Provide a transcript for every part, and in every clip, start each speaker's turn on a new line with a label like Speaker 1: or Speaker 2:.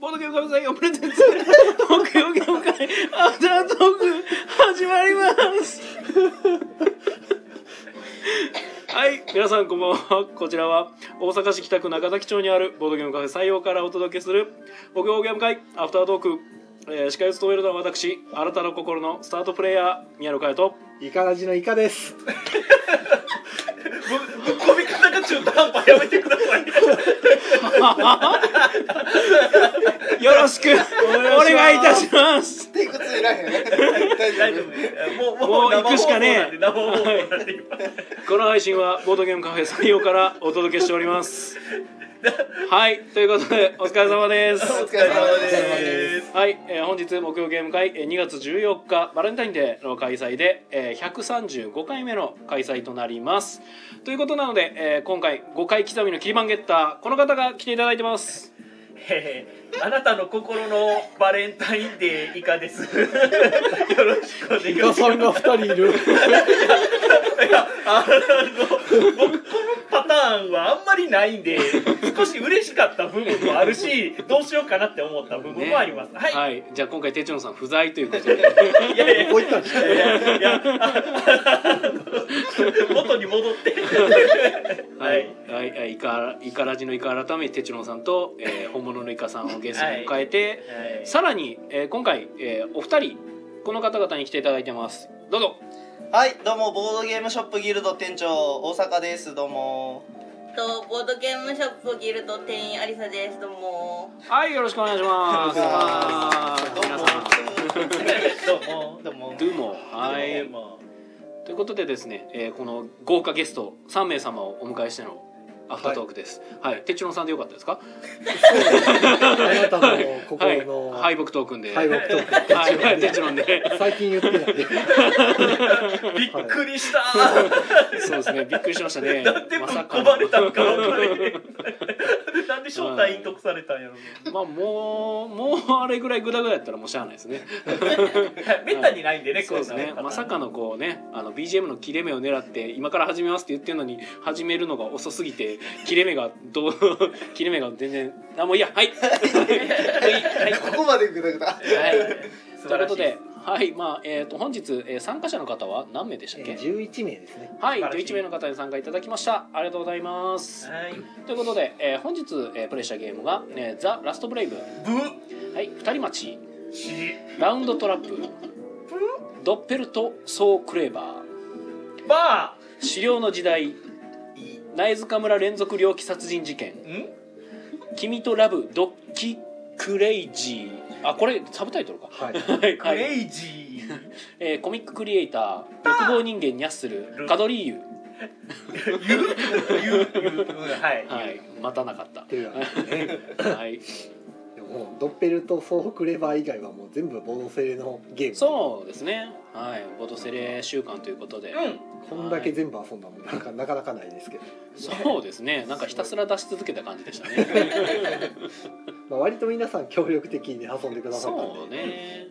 Speaker 1: 届けおかみさんがプレゼンツ木曜業界アフタートーク始まりますはい皆さんこんばんはこちらは大阪市北区中崎町にあるボードゲームカフェ採用からお届けする木曜ゲーム会アフタートーク、えー、司会を務めるのは私新たな心のスタートプレイヤー宮野佳代と
Speaker 2: イカラジのイカです。
Speaker 3: 込み方が中途半端やめてください。
Speaker 1: よろしくお願いいたします
Speaker 4: テイク2いらへんよね大丈
Speaker 3: 大丈
Speaker 4: 夫
Speaker 3: 夫。もう
Speaker 1: もう行くしかねえ
Speaker 3: 生放送なんで生放送なんで
Speaker 1: この配信はボードゲームカフェ採用からお届けしておりますはいということでお疲れ様です
Speaker 4: お
Speaker 3: 今お
Speaker 4: 疲
Speaker 3: 疲れ
Speaker 4: れ
Speaker 3: 様
Speaker 4: 様
Speaker 3: で
Speaker 4: です
Speaker 3: す。
Speaker 1: はい、えー本日木曜ゲーム会えー2月14日バレンタインデーの開催で、えー135回目の開催となりますということなので、えー今回5回刻みのキリマンゲッターこの方が来ていただいてます
Speaker 3: ええあなたの心のバレンタインデー以 下です。よろしくお願い
Speaker 2: イ
Speaker 3: しま
Speaker 2: カ
Speaker 3: す。
Speaker 2: さんが二人いる。
Speaker 3: あの僕このパターンはあんまりないん で、少し嬉しかった部分もあるし、どうしようかなって思った部分もあります。はい。
Speaker 1: はい、じゃあ今回テチョンさん不在ということで
Speaker 3: いやいや
Speaker 2: こういったんです
Speaker 3: いやいやあの元に戻って
Speaker 1: はい、はいはい、イカイカラジのイカ改めテチョンさんと、えー本物のイカさんをゲストに迎えて、さらに、えー今回、えーお二人この方々に来ていただいてますどうぞ
Speaker 4: はいどうもボードゲームショップギルド店長大阪ですどうも
Speaker 5: とボードゲームショップギルド店員ありさですどうも
Speaker 1: はいよろしくお願いします
Speaker 4: よろしくお
Speaker 1: はい皆さん
Speaker 3: どうも
Speaker 4: どうも
Speaker 1: どうもは
Speaker 3: どう
Speaker 1: い
Speaker 3: も
Speaker 1: ということでですね、えーこの豪華ゲスト3名様をお迎えしてのアフタートークですはい哲郎、さんでよかったですか
Speaker 2: あなたの
Speaker 1: はい
Speaker 2: 心の
Speaker 1: 敗北トークンで
Speaker 2: 敗北トーク
Speaker 1: はい哲郎で
Speaker 2: 最近言ってない。
Speaker 3: びっくりした、
Speaker 1: そうですねびっくりしましたね
Speaker 3: なんでぶっ
Speaker 1: まさ
Speaker 3: 込
Speaker 1: か
Speaker 3: まれたんか分からへんなんで正体隠匿されたんやろ
Speaker 1: まあもうもうあれぐらいグダグダやったらもうしゃあないですね
Speaker 3: めったにないんでね、
Speaker 1: そうですね
Speaker 3: こんな
Speaker 1: まさかのこうねあの BGM の切れ目を狙って今から始めますって言ってるのに始めるのが遅すぎて切れ目がどう 切れ目が全然あもういいやはいはい、はい
Speaker 4: ここまでぐだぐだ
Speaker 3: 素
Speaker 1: とい
Speaker 3: 晴
Speaker 1: う
Speaker 3: ら
Speaker 1: こ
Speaker 3: しい
Speaker 1: とで、はい、まあ、えっ、と、本日、えー参加者の方は何名でしたっけ。
Speaker 2: 十一名ですね。
Speaker 1: はい、
Speaker 3: 素晴らしい
Speaker 1: 11名の方に参加いただきました。ありがとうございます。
Speaker 3: はい
Speaker 1: ということで、えー本日、えープレイしたゲームが、えーザ・ラストブレイブ、は
Speaker 3: ぶ
Speaker 1: い、二人待ち、
Speaker 3: し
Speaker 1: ラウンドトラップ、ドッペルト・ソー・クレーバー、
Speaker 3: ば
Speaker 1: 狩猟の時代、苗塚村連続猟奇殺人事件、
Speaker 3: ん
Speaker 1: 君とラブ、ドッキ・クレイジー、あ、これ、サブタイトルか。
Speaker 2: はい。
Speaker 1: はい、
Speaker 3: クレイジ
Speaker 1: えーコミッククリエイター、欲望人間ニャッスル、カドリーユ、
Speaker 3: ー言う言う言ううんはい、
Speaker 1: はい、待たなかった
Speaker 2: っ。ていうわけでね。
Speaker 1: はい、
Speaker 2: でももうドッペルとソークレバー以外はもう全部ボドセレのゲーム。
Speaker 1: そうですね。はい、ボトセレ週間ということで、
Speaker 3: うん
Speaker 2: こんだけ全部遊んだもんなんかなかなかないですけど。
Speaker 1: そうですね。なんかひたすら出し続けた感じでしたね。
Speaker 2: まあ割と皆さん協力的に遊んでくださったんで。
Speaker 1: そうね。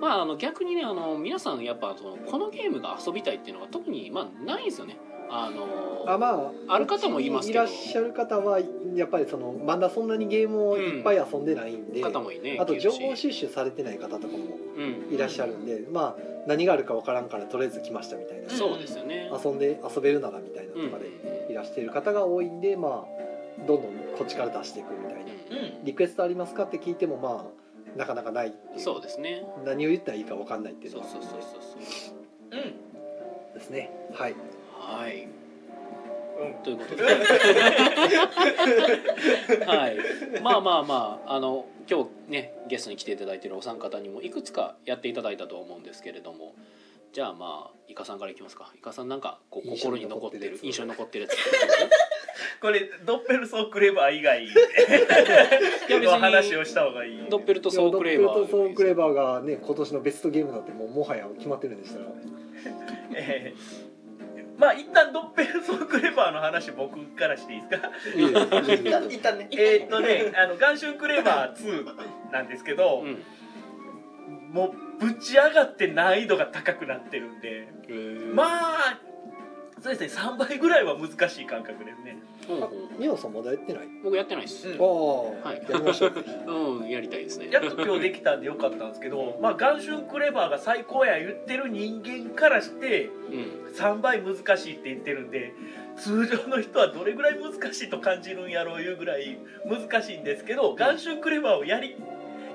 Speaker 1: まああの逆にねあの皆さんやっぱそのこのゲームが遊びたいっていうのが特にまあないんですよね。あ
Speaker 2: あ
Speaker 1: の
Speaker 2: まあ、
Speaker 1: ある方もいますけど
Speaker 2: らっしゃる方はやっぱりそのまだそんなにゲームをいっぱい遊んでないんで、
Speaker 1: 方もいいね。
Speaker 2: あと
Speaker 1: いる
Speaker 2: 情
Speaker 1: し
Speaker 2: 報収集されてない方とかも
Speaker 1: うん。
Speaker 2: いらっしゃるんで、まあ何があるかわからんからとりあえず来ましたみたいな、
Speaker 1: そうですよね。
Speaker 2: 遊んで遊べるならみたいな
Speaker 1: うん
Speaker 2: とかでいらしてる方が多いんでまあどんどんこっちから出していくみたいな
Speaker 3: うん
Speaker 2: リクエストありますかって聞いてもまあなかなかないっていう
Speaker 1: そうですね。
Speaker 2: 何を言ったらいいかわかんないっていう
Speaker 1: そ
Speaker 2: の
Speaker 1: う
Speaker 2: は
Speaker 1: そうそうそう
Speaker 3: うん
Speaker 2: ですねはい
Speaker 1: そう。はい。
Speaker 3: うん
Speaker 1: ということで。 はい。まあまあまあ、あの、今日ね、ゲストに来ていただいているお三方にも、いくつかやっていただいたと思うんですけれども。じゃあ、まあ、イカさんからいきますか。イカさん、なんか、こう、
Speaker 2: 印象
Speaker 1: 心に
Speaker 2: に
Speaker 1: 残
Speaker 2: 残
Speaker 1: っ
Speaker 2: ってて
Speaker 1: る
Speaker 2: る、
Speaker 1: 印象に残ってるや
Speaker 3: これドッペルソークレバー以外
Speaker 1: つ。いや、別
Speaker 3: の話を
Speaker 1: に。
Speaker 3: した方がいい
Speaker 1: ドッペルトソークレーバー。
Speaker 2: ドッペルとソークレーバーがね今年のベストゲームだってもうもはや決まってるんでしたら
Speaker 3: えーまあ一旦ドッペルソークレバーの話僕からしていいですか
Speaker 2: いいです
Speaker 4: 一
Speaker 2: いいです
Speaker 4: 旦一旦ね
Speaker 3: えーっとねあの「ガンシュンクレバー2」なんですけど、
Speaker 1: うん。
Speaker 3: もうぶち上がって難易度が高くなってるんで
Speaker 1: えー
Speaker 3: まあそうですね3倍ぐらいは難しい感覚ですね
Speaker 1: ほうほう
Speaker 2: ミオさんまだやってない。
Speaker 1: 僕やってないです、
Speaker 2: ああ、
Speaker 1: はい
Speaker 2: やりましょう。ぜひ
Speaker 1: うん、やりたいですね
Speaker 3: やっと今日できたんでよかったんですけど、まあ、ガンシュンクレバーが最高や言ってる人間からして
Speaker 1: うん
Speaker 3: 3倍難しいって言ってるんで通常の人はどれぐらい難しいと感じるんやろういうぐらい難しいんですけどガンシュンクレバーをやり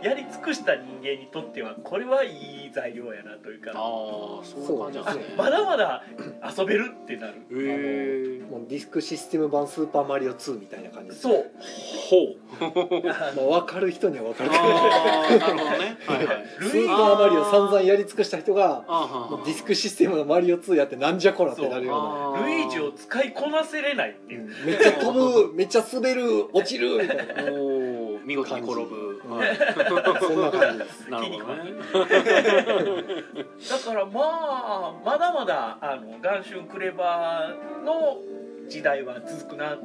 Speaker 3: やり尽くした人間にとってはこれはいい材料やなという
Speaker 1: あ
Speaker 3: か
Speaker 1: あそういう感じなんですね
Speaker 3: まだまだ遊べるってなる
Speaker 1: へえ
Speaker 2: もうディスクシステム版スーパーマリオ2みたいな感じ。
Speaker 3: そう
Speaker 1: ほう
Speaker 3: あ
Speaker 2: まあ、分かる人には分かるけど。
Speaker 1: ああなるほどねはいはい
Speaker 2: ス
Speaker 3: ルイ
Speaker 2: ーパーマリオ散々やり尽くした人が。
Speaker 1: あーはん
Speaker 2: も
Speaker 1: は
Speaker 2: うんディスクシステムのマリオ2やってなんじゃこらってなるよ
Speaker 1: あ
Speaker 3: ルイージを使いこなせれないって
Speaker 2: う
Speaker 3: いう
Speaker 2: な、うんめっちゃ飛ぶめっちゃ滑る落ちるみたいな、
Speaker 1: おー見事に転ぶ、
Speaker 2: うん
Speaker 1: はい、
Speaker 2: そんな感じです
Speaker 1: なるほどね
Speaker 3: だからまあまだまだあの元春クレバーの時代は続くな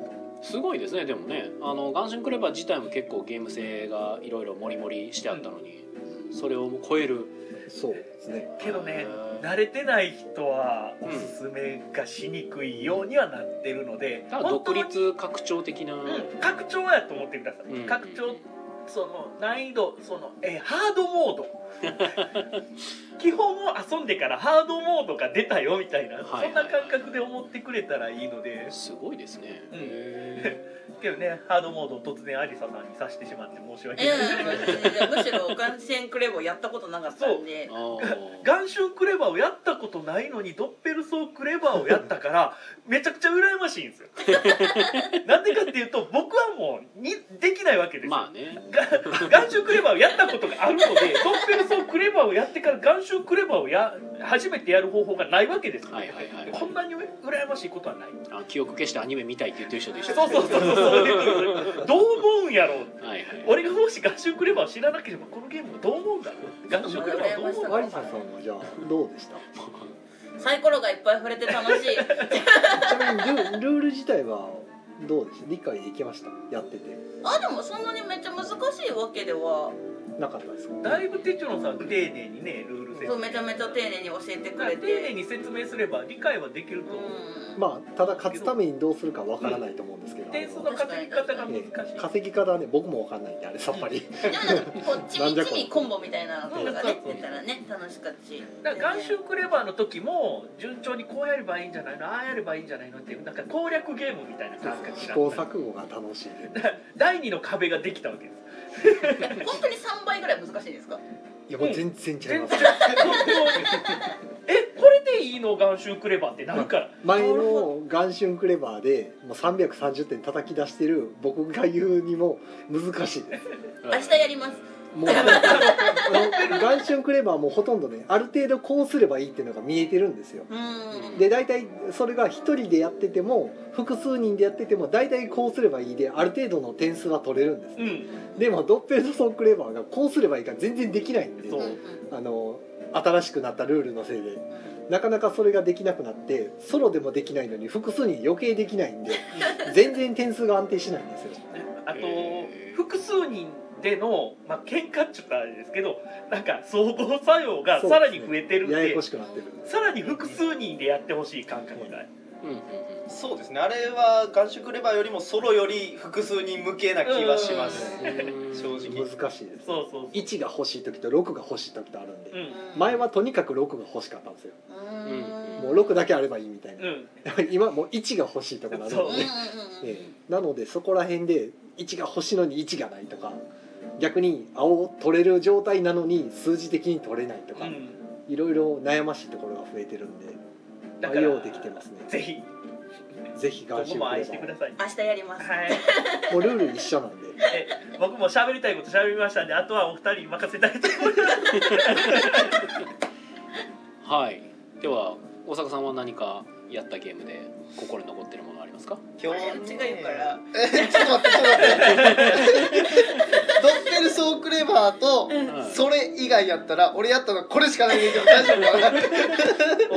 Speaker 1: すごいですねでもねあの「ガンシンクレバー」自体も結構ゲーム性がいろいろモリモリしてあったのに、それを超える
Speaker 2: そうですね
Speaker 3: けどね
Speaker 1: うん
Speaker 3: 慣れてない人はおすすめがしにくいようにはなってるので、
Speaker 1: ただ独
Speaker 3: 本
Speaker 1: 立拡張的な、
Speaker 3: 当に、うん、拡張やと思ってください、
Speaker 1: うん
Speaker 3: 拡張その難易度そのえハードモード 基本を遊んでからハードモードが出たよみたいな、
Speaker 1: はい
Speaker 3: そんな感覚で思ってくれたらいいのです
Speaker 1: ごいですね、
Speaker 3: うん
Speaker 1: へ
Speaker 3: けどねハードモードを突然アリサさんにさしてしまって申し訳
Speaker 5: い
Speaker 3: ない
Speaker 5: や、むしろ眼線クレボやったことなかったん で
Speaker 1: ー。あー
Speaker 3: ガンシュンクレバーをやったことないのにドッペルソークレバーをやったからめちゃくちゃ羨ましいんですよなんでかっていうと僕はもうにできないわけですよ、
Speaker 1: まあね
Speaker 3: ガガンシュンクレバーをやったことがあるのでドッペルソークレバーをやってからガンシュンクレバーをや初めてやる方法がないわけですよ、
Speaker 1: はいはいはい
Speaker 3: こんなに羨ましいことはない
Speaker 1: あ記憶消してアニメ見たいって言ってる人でし
Speaker 3: そ
Speaker 1: ょ
Speaker 3: うそうそうそうそうどう思うんやろ
Speaker 1: は
Speaker 3: う
Speaker 1: いはい
Speaker 3: 俺がもし合宿クレバーを知らなければこのゲームをどう思うんだろう合宿クレバーをどう思うんだろ
Speaker 2: マリサさんはじゃあどうでした
Speaker 5: サイコロがいっぱい触れて楽し い。
Speaker 2: ちなみにルールール自体はどうでした理解できましたやってて
Speaker 5: あ、でも、そんなにめっちゃ難しいわけでは。
Speaker 2: なかったですか
Speaker 3: うだいぶ手帳のさん丁寧にねルール説明
Speaker 5: そう、めちゃめちゃ丁寧に教えてくれ
Speaker 3: 丁寧
Speaker 5: て。
Speaker 3: に説明すれば理解はできる
Speaker 5: う
Speaker 3: と思う、
Speaker 5: ん。
Speaker 2: まあただ勝つためにどうするかわからないと思うんですけど、あ
Speaker 3: 点数の
Speaker 2: の
Speaker 3: 稼ぎ方が難しい、
Speaker 2: ええ稼ぎ方はね僕もわかんないんであれさっぱり
Speaker 5: でもなんかこうち
Speaker 2: なんじ
Speaker 5: び
Speaker 2: ゃこ
Speaker 5: ちびコンボみたいなの とか
Speaker 3: そうそう
Speaker 5: ね
Speaker 3: そう
Speaker 5: 出たらね楽しかったし
Speaker 3: だから元週クレバーの時も順調にこうやればいいんじゃないのああやればいいんじゃないのっていうなんか攻略ゲームみたいな感覚に
Speaker 2: 試
Speaker 3: な
Speaker 2: 行
Speaker 3: った
Speaker 2: 錯誤が楽しいで
Speaker 3: 第二の壁ができたわけです
Speaker 5: 本当に3倍ぐらい難しいですか
Speaker 2: いやもう全然違い
Speaker 3: 全
Speaker 2: ま
Speaker 3: 然
Speaker 2: す
Speaker 3: えこれでいいの元週クレバーってなるから
Speaker 2: 前の「元春クレバー」でもう330点叩き出してる僕が言うにも難しいです
Speaker 1: 明
Speaker 5: 明日やります
Speaker 2: もうあの元春クレバーもほとんどねある程度こうすればいいっていうのが見えてるんですよ
Speaker 5: うーん
Speaker 2: で大体それが一人でやってても複数人でやってても大体こうすればいいである程度の点数は取れるんです、
Speaker 3: うん
Speaker 2: でもドッペルソンクレバーがこうすればいいから全然できないんで
Speaker 3: そう
Speaker 2: あの新しくなったルールのせいでなかなかそれができなくなってソロでもできないのに複数人余計できない んで全然点数が安定しないんですよ
Speaker 3: あと
Speaker 1: へー
Speaker 3: 複数人での、まあ喧嘩っちゅったらあれですけどなんか総合作用がさらに増えてるんで
Speaker 2: ややこしくなってる
Speaker 3: さらに複数人でやってほしい感覚が
Speaker 1: うんうんうん
Speaker 4: そうですねあれはガンシュクレバーよりもソロより複数人向けな気はします
Speaker 1: うーん
Speaker 4: 正直
Speaker 2: 難しいです
Speaker 3: そうそうそ
Speaker 2: 1が欲しい時と6が欲しい時とあるん
Speaker 3: うう
Speaker 2: で
Speaker 3: ん
Speaker 2: 前はとにかく6が欲しかったんですよ
Speaker 5: う
Speaker 2: も
Speaker 5: ー
Speaker 2: う
Speaker 5: ん
Speaker 2: 6だけあればいいみたいな
Speaker 3: うん
Speaker 2: 今もう1が欲しいとこなる
Speaker 3: そ
Speaker 2: の
Speaker 3: う
Speaker 2: で、ええなのでそこら辺で1が欲しいのに1がないとか逆に青を取れる状態なのに数字的に取れないと
Speaker 3: う
Speaker 2: か、
Speaker 3: ん
Speaker 2: いろいろ悩ましいところが増えてるんで
Speaker 3: だから
Speaker 2: 対応できてますね
Speaker 3: ぜひ
Speaker 2: ぜひ
Speaker 3: 今
Speaker 2: 眼
Speaker 3: 後
Speaker 2: 臭
Speaker 3: も愛し
Speaker 2: く
Speaker 3: て
Speaker 2: れ
Speaker 3: く
Speaker 2: ば
Speaker 3: ださい
Speaker 5: 明日やります
Speaker 3: はい
Speaker 2: もうルール一緒なんで
Speaker 3: え僕も喋りたいこと喋りましたんであとはお二人に任せたいと思います
Speaker 1: はいでは大阪さんは何かやったゲームで心に残ってるものはありますか
Speaker 4: 今
Speaker 5: あれうちが言うから
Speaker 4: えちょっと待ってちょっと待ってドッペルソークレバーと
Speaker 1: はい
Speaker 4: それ以外やったら俺やったのこれしかないんだけど大丈夫かな
Speaker 1: お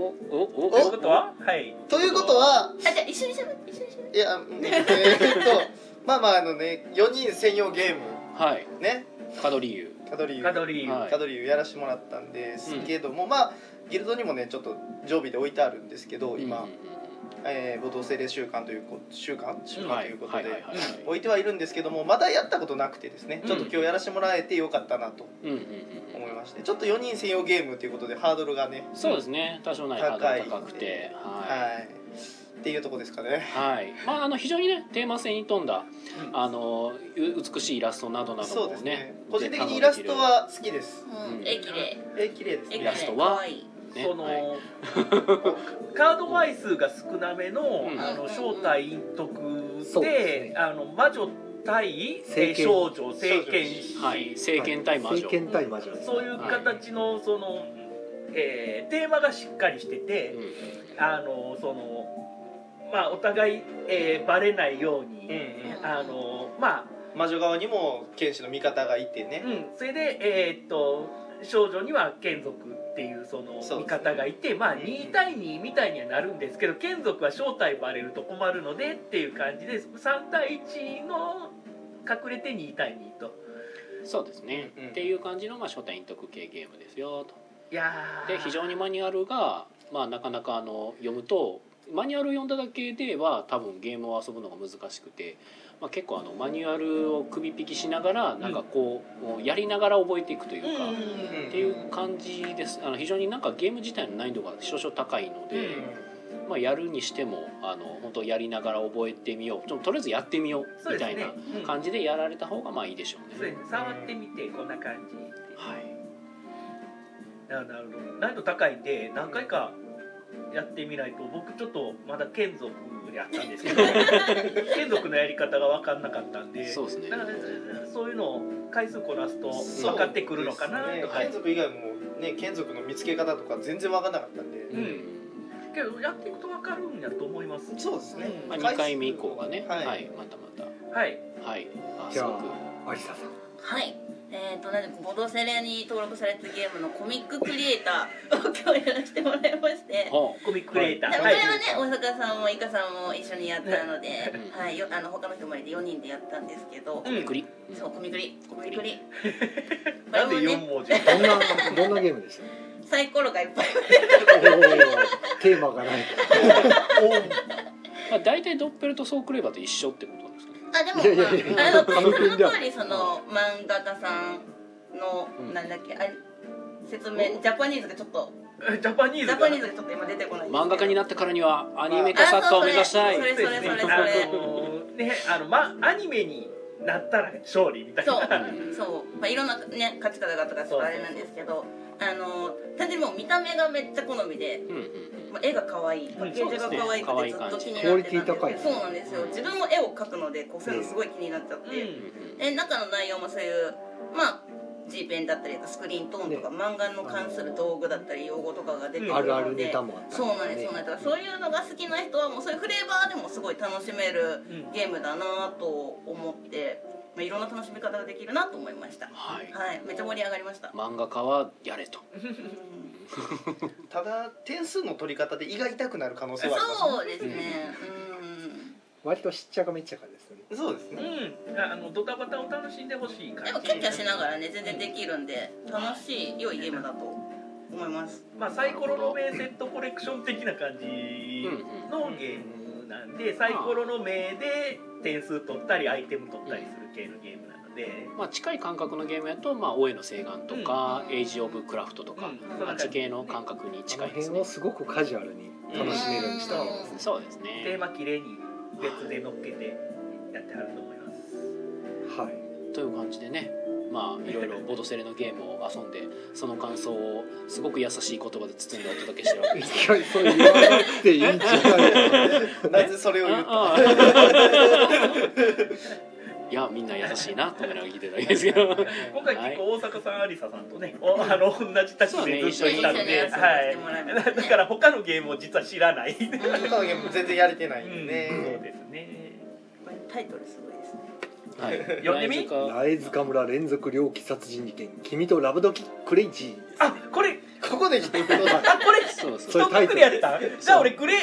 Speaker 1: おおお
Speaker 3: ということははい
Speaker 4: ということは
Speaker 5: あじゃあ一緒にしゃべって一緒にしゃべって
Speaker 4: いやうんえーっと まあまああのね4人専用ゲーム
Speaker 1: はい
Speaker 4: ね
Speaker 1: カドリーユ
Speaker 4: カドリー
Speaker 3: カドリー
Speaker 1: はい
Speaker 4: カドリーやらしてもらったんですけども、まあギルドにもねちょっと常備で置いてあるんですけど今、
Speaker 1: うんうんうん
Speaker 4: えー、武道精霊週間というこ週間週間ということで、
Speaker 1: はいはいはいはい
Speaker 4: 置いてはいるんですけどもまだやったことなくてですね、
Speaker 1: うん
Speaker 4: ちょっと今日やらせてもらえてよかったなと
Speaker 1: うんうんうん
Speaker 4: 思いましてちょっと4人専用ゲームということでハードルがね
Speaker 1: そうですね多少ないハードルが高くては
Speaker 4: はいっていうとこですかね
Speaker 1: い、はいまあ、あの非常にねテーマ性に富んだあのう美しいイラストなどなどもね
Speaker 4: そうですね個人的にイラストは好きです
Speaker 5: うん
Speaker 1: うん
Speaker 5: 絵綺麗
Speaker 4: え綺麗です
Speaker 5: 絵綺
Speaker 1: イ
Speaker 4: ね
Speaker 1: ラストは
Speaker 5: 可愛い
Speaker 1: ね
Speaker 3: その、
Speaker 1: はい
Speaker 3: カード枚数が少なめの,、
Speaker 1: うん
Speaker 3: あの正体陰徳
Speaker 2: そう
Speaker 3: で
Speaker 2: ですね
Speaker 3: あの魔女対
Speaker 2: 聖剣
Speaker 3: 少女聖剣士、
Speaker 1: はい聖剣対魔女、
Speaker 2: 聖剣対魔女
Speaker 3: そういう形のその、えーテーマがしっかりしてて、あのそのまあお互い、えーバレないよう
Speaker 4: うんう
Speaker 3: に、
Speaker 4: ん
Speaker 3: あのまあ
Speaker 4: 魔女側にも剣士の味方がいてね
Speaker 3: うん、それで、えーっと少女には眷属っていうその
Speaker 4: そ
Speaker 3: 味
Speaker 4: うですね
Speaker 3: 方がいて、まあ
Speaker 4: うん
Speaker 3: 2対2みたいにはなるんですけど眷属は正体バレると困るのでっていう感じで3対1の隠れて2対2と
Speaker 1: そうですね、
Speaker 4: うん
Speaker 1: っていう感じの、まあ、初対陰徳系ゲームですよと
Speaker 3: いやー
Speaker 1: で非常にマニュアルが、まあ、なかなかあの読むとマニュアルを読んだだけでは多分ゲームを遊ぶのが難しくて、まあ、結構あのマニュアルを首引きしながらなんかこう、もうやりながら覚えていくという
Speaker 3: うんうん
Speaker 1: か、
Speaker 3: うん
Speaker 1: っていう感じですあの非常になんかゲーム自体の難易度が少々高いので、まあ、やるにしてもあの本当やりながら覚えてみようちょっととりあえずやってみよう
Speaker 3: そう
Speaker 1: み
Speaker 3: で
Speaker 1: た
Speaker 3: す
Speaker 1: い
Speaker 3: ね
Speaker 1: な
Speaker 3: うん
Speaker 1: 感じでやられた方がまあいいでしょう
Speaker 3: そうで
Speaker 1: ね。
Speaker 3: すね触ってみてこんな感じ
Speaker 1: はい、
Speaker 3: ななるほど難易度高いんで何回かやってみないと僕ちょっとまだ眷属やったんです けど眷属のやり方が分かんなかったんで
Speaker 1: そうですね
Speaker 3: だからそういうのを回数こなすと分かってくるのかなとか、
Speaker 4: そうですね剣族以外もね剣族の見つけ方とか全然分かんなかったんで、
Speaker 3: んけどやっていくと分かるんやと思います
Speaker 4: そうですね、
Speaker 1: まあ、
Speaker 4: 回数
Speaker 1: 2回目以降がね、は
Speaker 4: はいい、
Speaker 1: またま
Speaker 3: はい
Speaker 1: たはいあ
Speaker 2: じ
Speaker 1: す
Speaker 2: ゃ
Speaker 1: ご
Speaker 2: あ
Speaker 1: く
Speaker 2: アリサさん
Speaker 5: はいえー、となんでボドセレに登録されたゲームのコミッククリエイターを今日やらせてもらいまして
Speaker 1: ほ
Speaker 3: コミッククリエイタ
Speaker 5: で
Speaker 3: ー
Speaker 5: こ
Speaker 3: は
Speaker 5: れ
Speaker 3: い
Speaker 5: はね大阪さんもイカさんも一緒にやったので
Speaker 1: う、ん
Speaker 5: はい、よあの他の人もいて4人でやったんですけど、
Speaker 3: うん
Speaker 1: うくり
Speaker 5: そうコミクリコミクリ これ
Speaker 3: なん
Speaker 5: も
Speaker 3: で4
Speaker 5: ね
Speaker 3: 文字
Speaker 2: どんなどんなゲームでした
Speaker 5: サイコロがいっぱい
Speaker 2: おーテーマ がない
Speaker 1: まあ、大体ドッペルとソークレーバーと一緒ってことなんですね
Speaker 5: あでも、
Speaker 2: いやいやい
Speaker 5: まあ、
Speaker 2: や
Speaker 5: あのこの
Speaker 2: 紙切りだ
Speaker 5: 通りその漫画家さんの、
Speaker 1: うん
Speaker 5: なんだっけあ説明ジャパニーズがちょっと
Speaker 3: ジャパニー
Speaker 5: ジ
Speaker 3: ズが
Speaker 5: ャパニーズがちょっと今出てこないんですけど
Speaker 1: 漫画家になったからにはアニメ化作家を目指したい、
Speaker 5: まああそれそれそれそれ
Speaker 3: あのーねあのまアニメになったら勝利みたいな
Speaker 5: そう
Speaker 1: うん
Speaker 5: そう、まあ、いろんなね勝ち方があったからちょっとあれなんですけどあの単純にもう見た目がめっちゃ好みで、
Speaker 1: うんうんうん
Speaker 5: まあ、絵が可愛いパッケージが可愛くてずっと気になってたん
Speaker 2: クオリティ高い
Speaker 5: で
Speaker 2: です
Speaker 5: そ
Speaker 2: すね
Speaker 5: うなんですよ自分も絵を描くのでこうそういうのすごい気になっちゃって、
Speaker 3: うん
Speaker 5: え中の内容もそういうまあ G ペンだったりスクリーントーンとか、漫画の関する道具だったり用語とかが出てくるので、
Speaker 2: あるあるネタもあったり
Speaker 5: そうなんですそうなんですだからそういうのが好きな人はもうそういうフレーバーでもすごい楽しめる
Speaker 3: うん
Speaker 5: ゲームだなと思って、まあ、いろんな楽しみ方ができるなと思いましたは
Speaker 1: はい
Speaker 5: いめっちゃ盛り上がりました、
Speaker 1: 漫画家はやれと
Speaker 5: うん
Speaker 4: ただ点数の取り方で胃が痛くなる可能性はありま
Speaker 5: そうですね
Speaker 2: 割としっちゃかめっちゃかですね
Speaker 4: すそうですね
Speaker 3: うんあのドタバタを楽しんでほしい
Speaker 5: うん
Speaker 3: 感
Speaker 5: で
Speaker 3: じ
Speaker 5: もキャッキャしながらね全然できるんで楽しい良いゲームだと思います
Speaker 3: まあ、サイコロの名セットコレクション的な感じのゲームなんでサイコロの名で点数取ったりアイテム取ったりする系のゲームなので、
Speaker 1: まあ、近い感覚のゲームやと「まあ、大江の誓願」とか「
Speaker 5: うん
Speaker 1: エイジ・オブ・クラフト」とか、
Speaker 5: うん
Speaker 1: あっち系の感覚に
Speaker 2: あ
Speaker 1: 近
Speaker 2: の
Speaker 1: いです
Speaker 2: 辺
Speaker 1: ね
Speaker 2: をすごくカジュアルに楽しめるようにしたゲームですね
Speaker 1: そうです
Speaker 3: テー
Speaker 1: ね
Speaker 3: マ綺麗に別で乗っけてやってはると思います
Speaker 2: はい
Speaker 1: という感じでねまあいろいろボドセレのゲームを遊んでその感想をすごく優しい言葉で包んでお届けしてるわけです
Speaker 2: 一回そう言わなくていいんじゃ ない
Speaker 4: なぜそれを言った
Speaker 1: ああ いやみんな優しいなと思いながら聞いてるだけですけど
Speaker 3: 今回結構大阪さん、有沙さんとねおあの同じ立ちでずっといたんで、
Speaker 5: そう
Speaker 3: はい
Speaker 5: ね一緒に一緒に遊んでもらいましたね
Speaker 3: だから他のゲームを実は知らない、
Speaker 4: 他のゲーム全然やれてないんでね、
Speaker 3: そうですね
Speaker 5: これタイトルすごいですね
Speaker 1: はい
Speaker 3: 呼んでみ
Speaker 1: ライズカ
Speaker 2: 苗塚村連続猟奇殺人事件君とラブドキクレイジ
Speaker 3: あこれ
Speaker 4: ここで来てください
Speaker 3: あこれ
Speaker 1: そうそう
Speaker 2: そ
Speaker 3: 一
Speaker 2: れタイ
Speaker 3: 括
Speaker 2: ト
Speaker 3: り
Speaker 2: ル
Speaker 3: やれたじゃあ俺クレ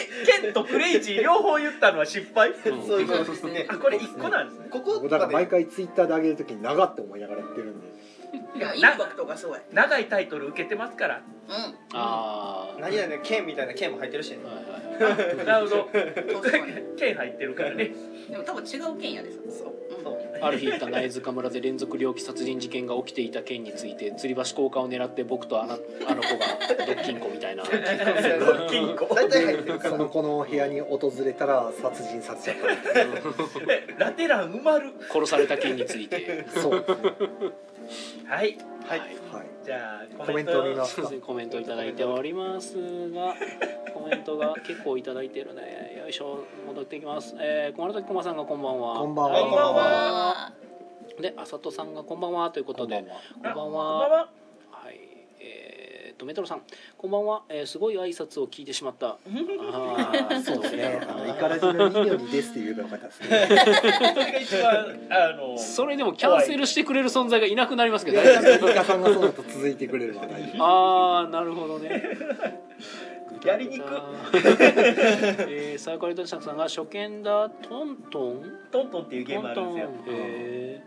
Speaker 3: ケンとクレイジー両方言ったのは失敗
Speaker 1: うん
Speaker 4: そういうことですね
Speaker 3: あこれ一個なんですね
Speaker 4: こ
Speaker 2: ー
Speaker 4: こ
Speaker 2: だから
Speaker 4: ま
Speaker 2: 毎
Speaker 4: で
Speaker 2: 回ツイッターで上げるときに長って思いながらやってるんで
Speaker 5: でもインパクトがすごい
Speaker 3: 長いタイトル受けてますから
Speaker 5: う
Speaker 1: あ
Speaker 4: 何々の剣みたいな剣も入ってるしね
Speaker 1: あはいはい
Speaker 3: なるほど
Speaker 5: ん確かに
Speaker 3: 剣入ってるからね
Speaker 5: でも多分違う県やでそれ
Speaker 4: そう
Speaker 5: う ん
Speaker 4: そう
Speaker 1: ある日金井塚村で連続猟奇殺人事件が起きていた件について吊り橋効果を狙って僕とあのあの子がドッキンコみたいな
Speaker 4: ロッキンコ大体入ってるか
Speaker 2: そ
Speaker 4: ら
Speaker 2: の子の部屋に訪れたら殺人されちゃった
Speaker 3: ラテラン埋まる
Speaker 1: 殺された件について
Speaker 2: そうですね
Speaker 3: はい
Speaker 1: はい
Speaker 2: はい
Speaker 3: じゃあ
Speaker 2: コメントを見ますか
Speaker 1: コメントいただいておりますがコメントが結構いただいてるねよいしょ戻ってきます、えー、小丸崎駒さんがこんばんは
Speaker 2: こんばん
Speaker 4: は
Speaker 1: い
Speaker 4: こんばん
Speaker 5: は
Speaker 1: であさとさんがこんばんはということでこんばん
Speaker 3: こん
Speaker 1: は
Speaker 3: ばんは
Speaker 1: はいえーっとメトロさんこんばんは、えー、すごい挨拶を聞いてしまったあー
Speaker 2: そうですねあのイカ
Speaker 1: あ
Speaker 2: ラジの人形にですって言えばよかったですね
Speaker 3: それが一番あの
Speaker 1: ーそれでもキャンセルしてくれる存在がいなくなりますけ
Speaker 2: い
Speaker 1: ど
Speaker 2: や
Speaker 1: 大丈夫
Speaker 2: イカさんがそうだと続いてくれるわ大丈
Speaker 1: ああなるほどね
Speaker 4: やりにく
Speaker 1: えー、サーカリトシャクさんが初見だトントン
Speaker 3: トントンっていうゲームあるんですよ
Speaker 1: トントンへーえー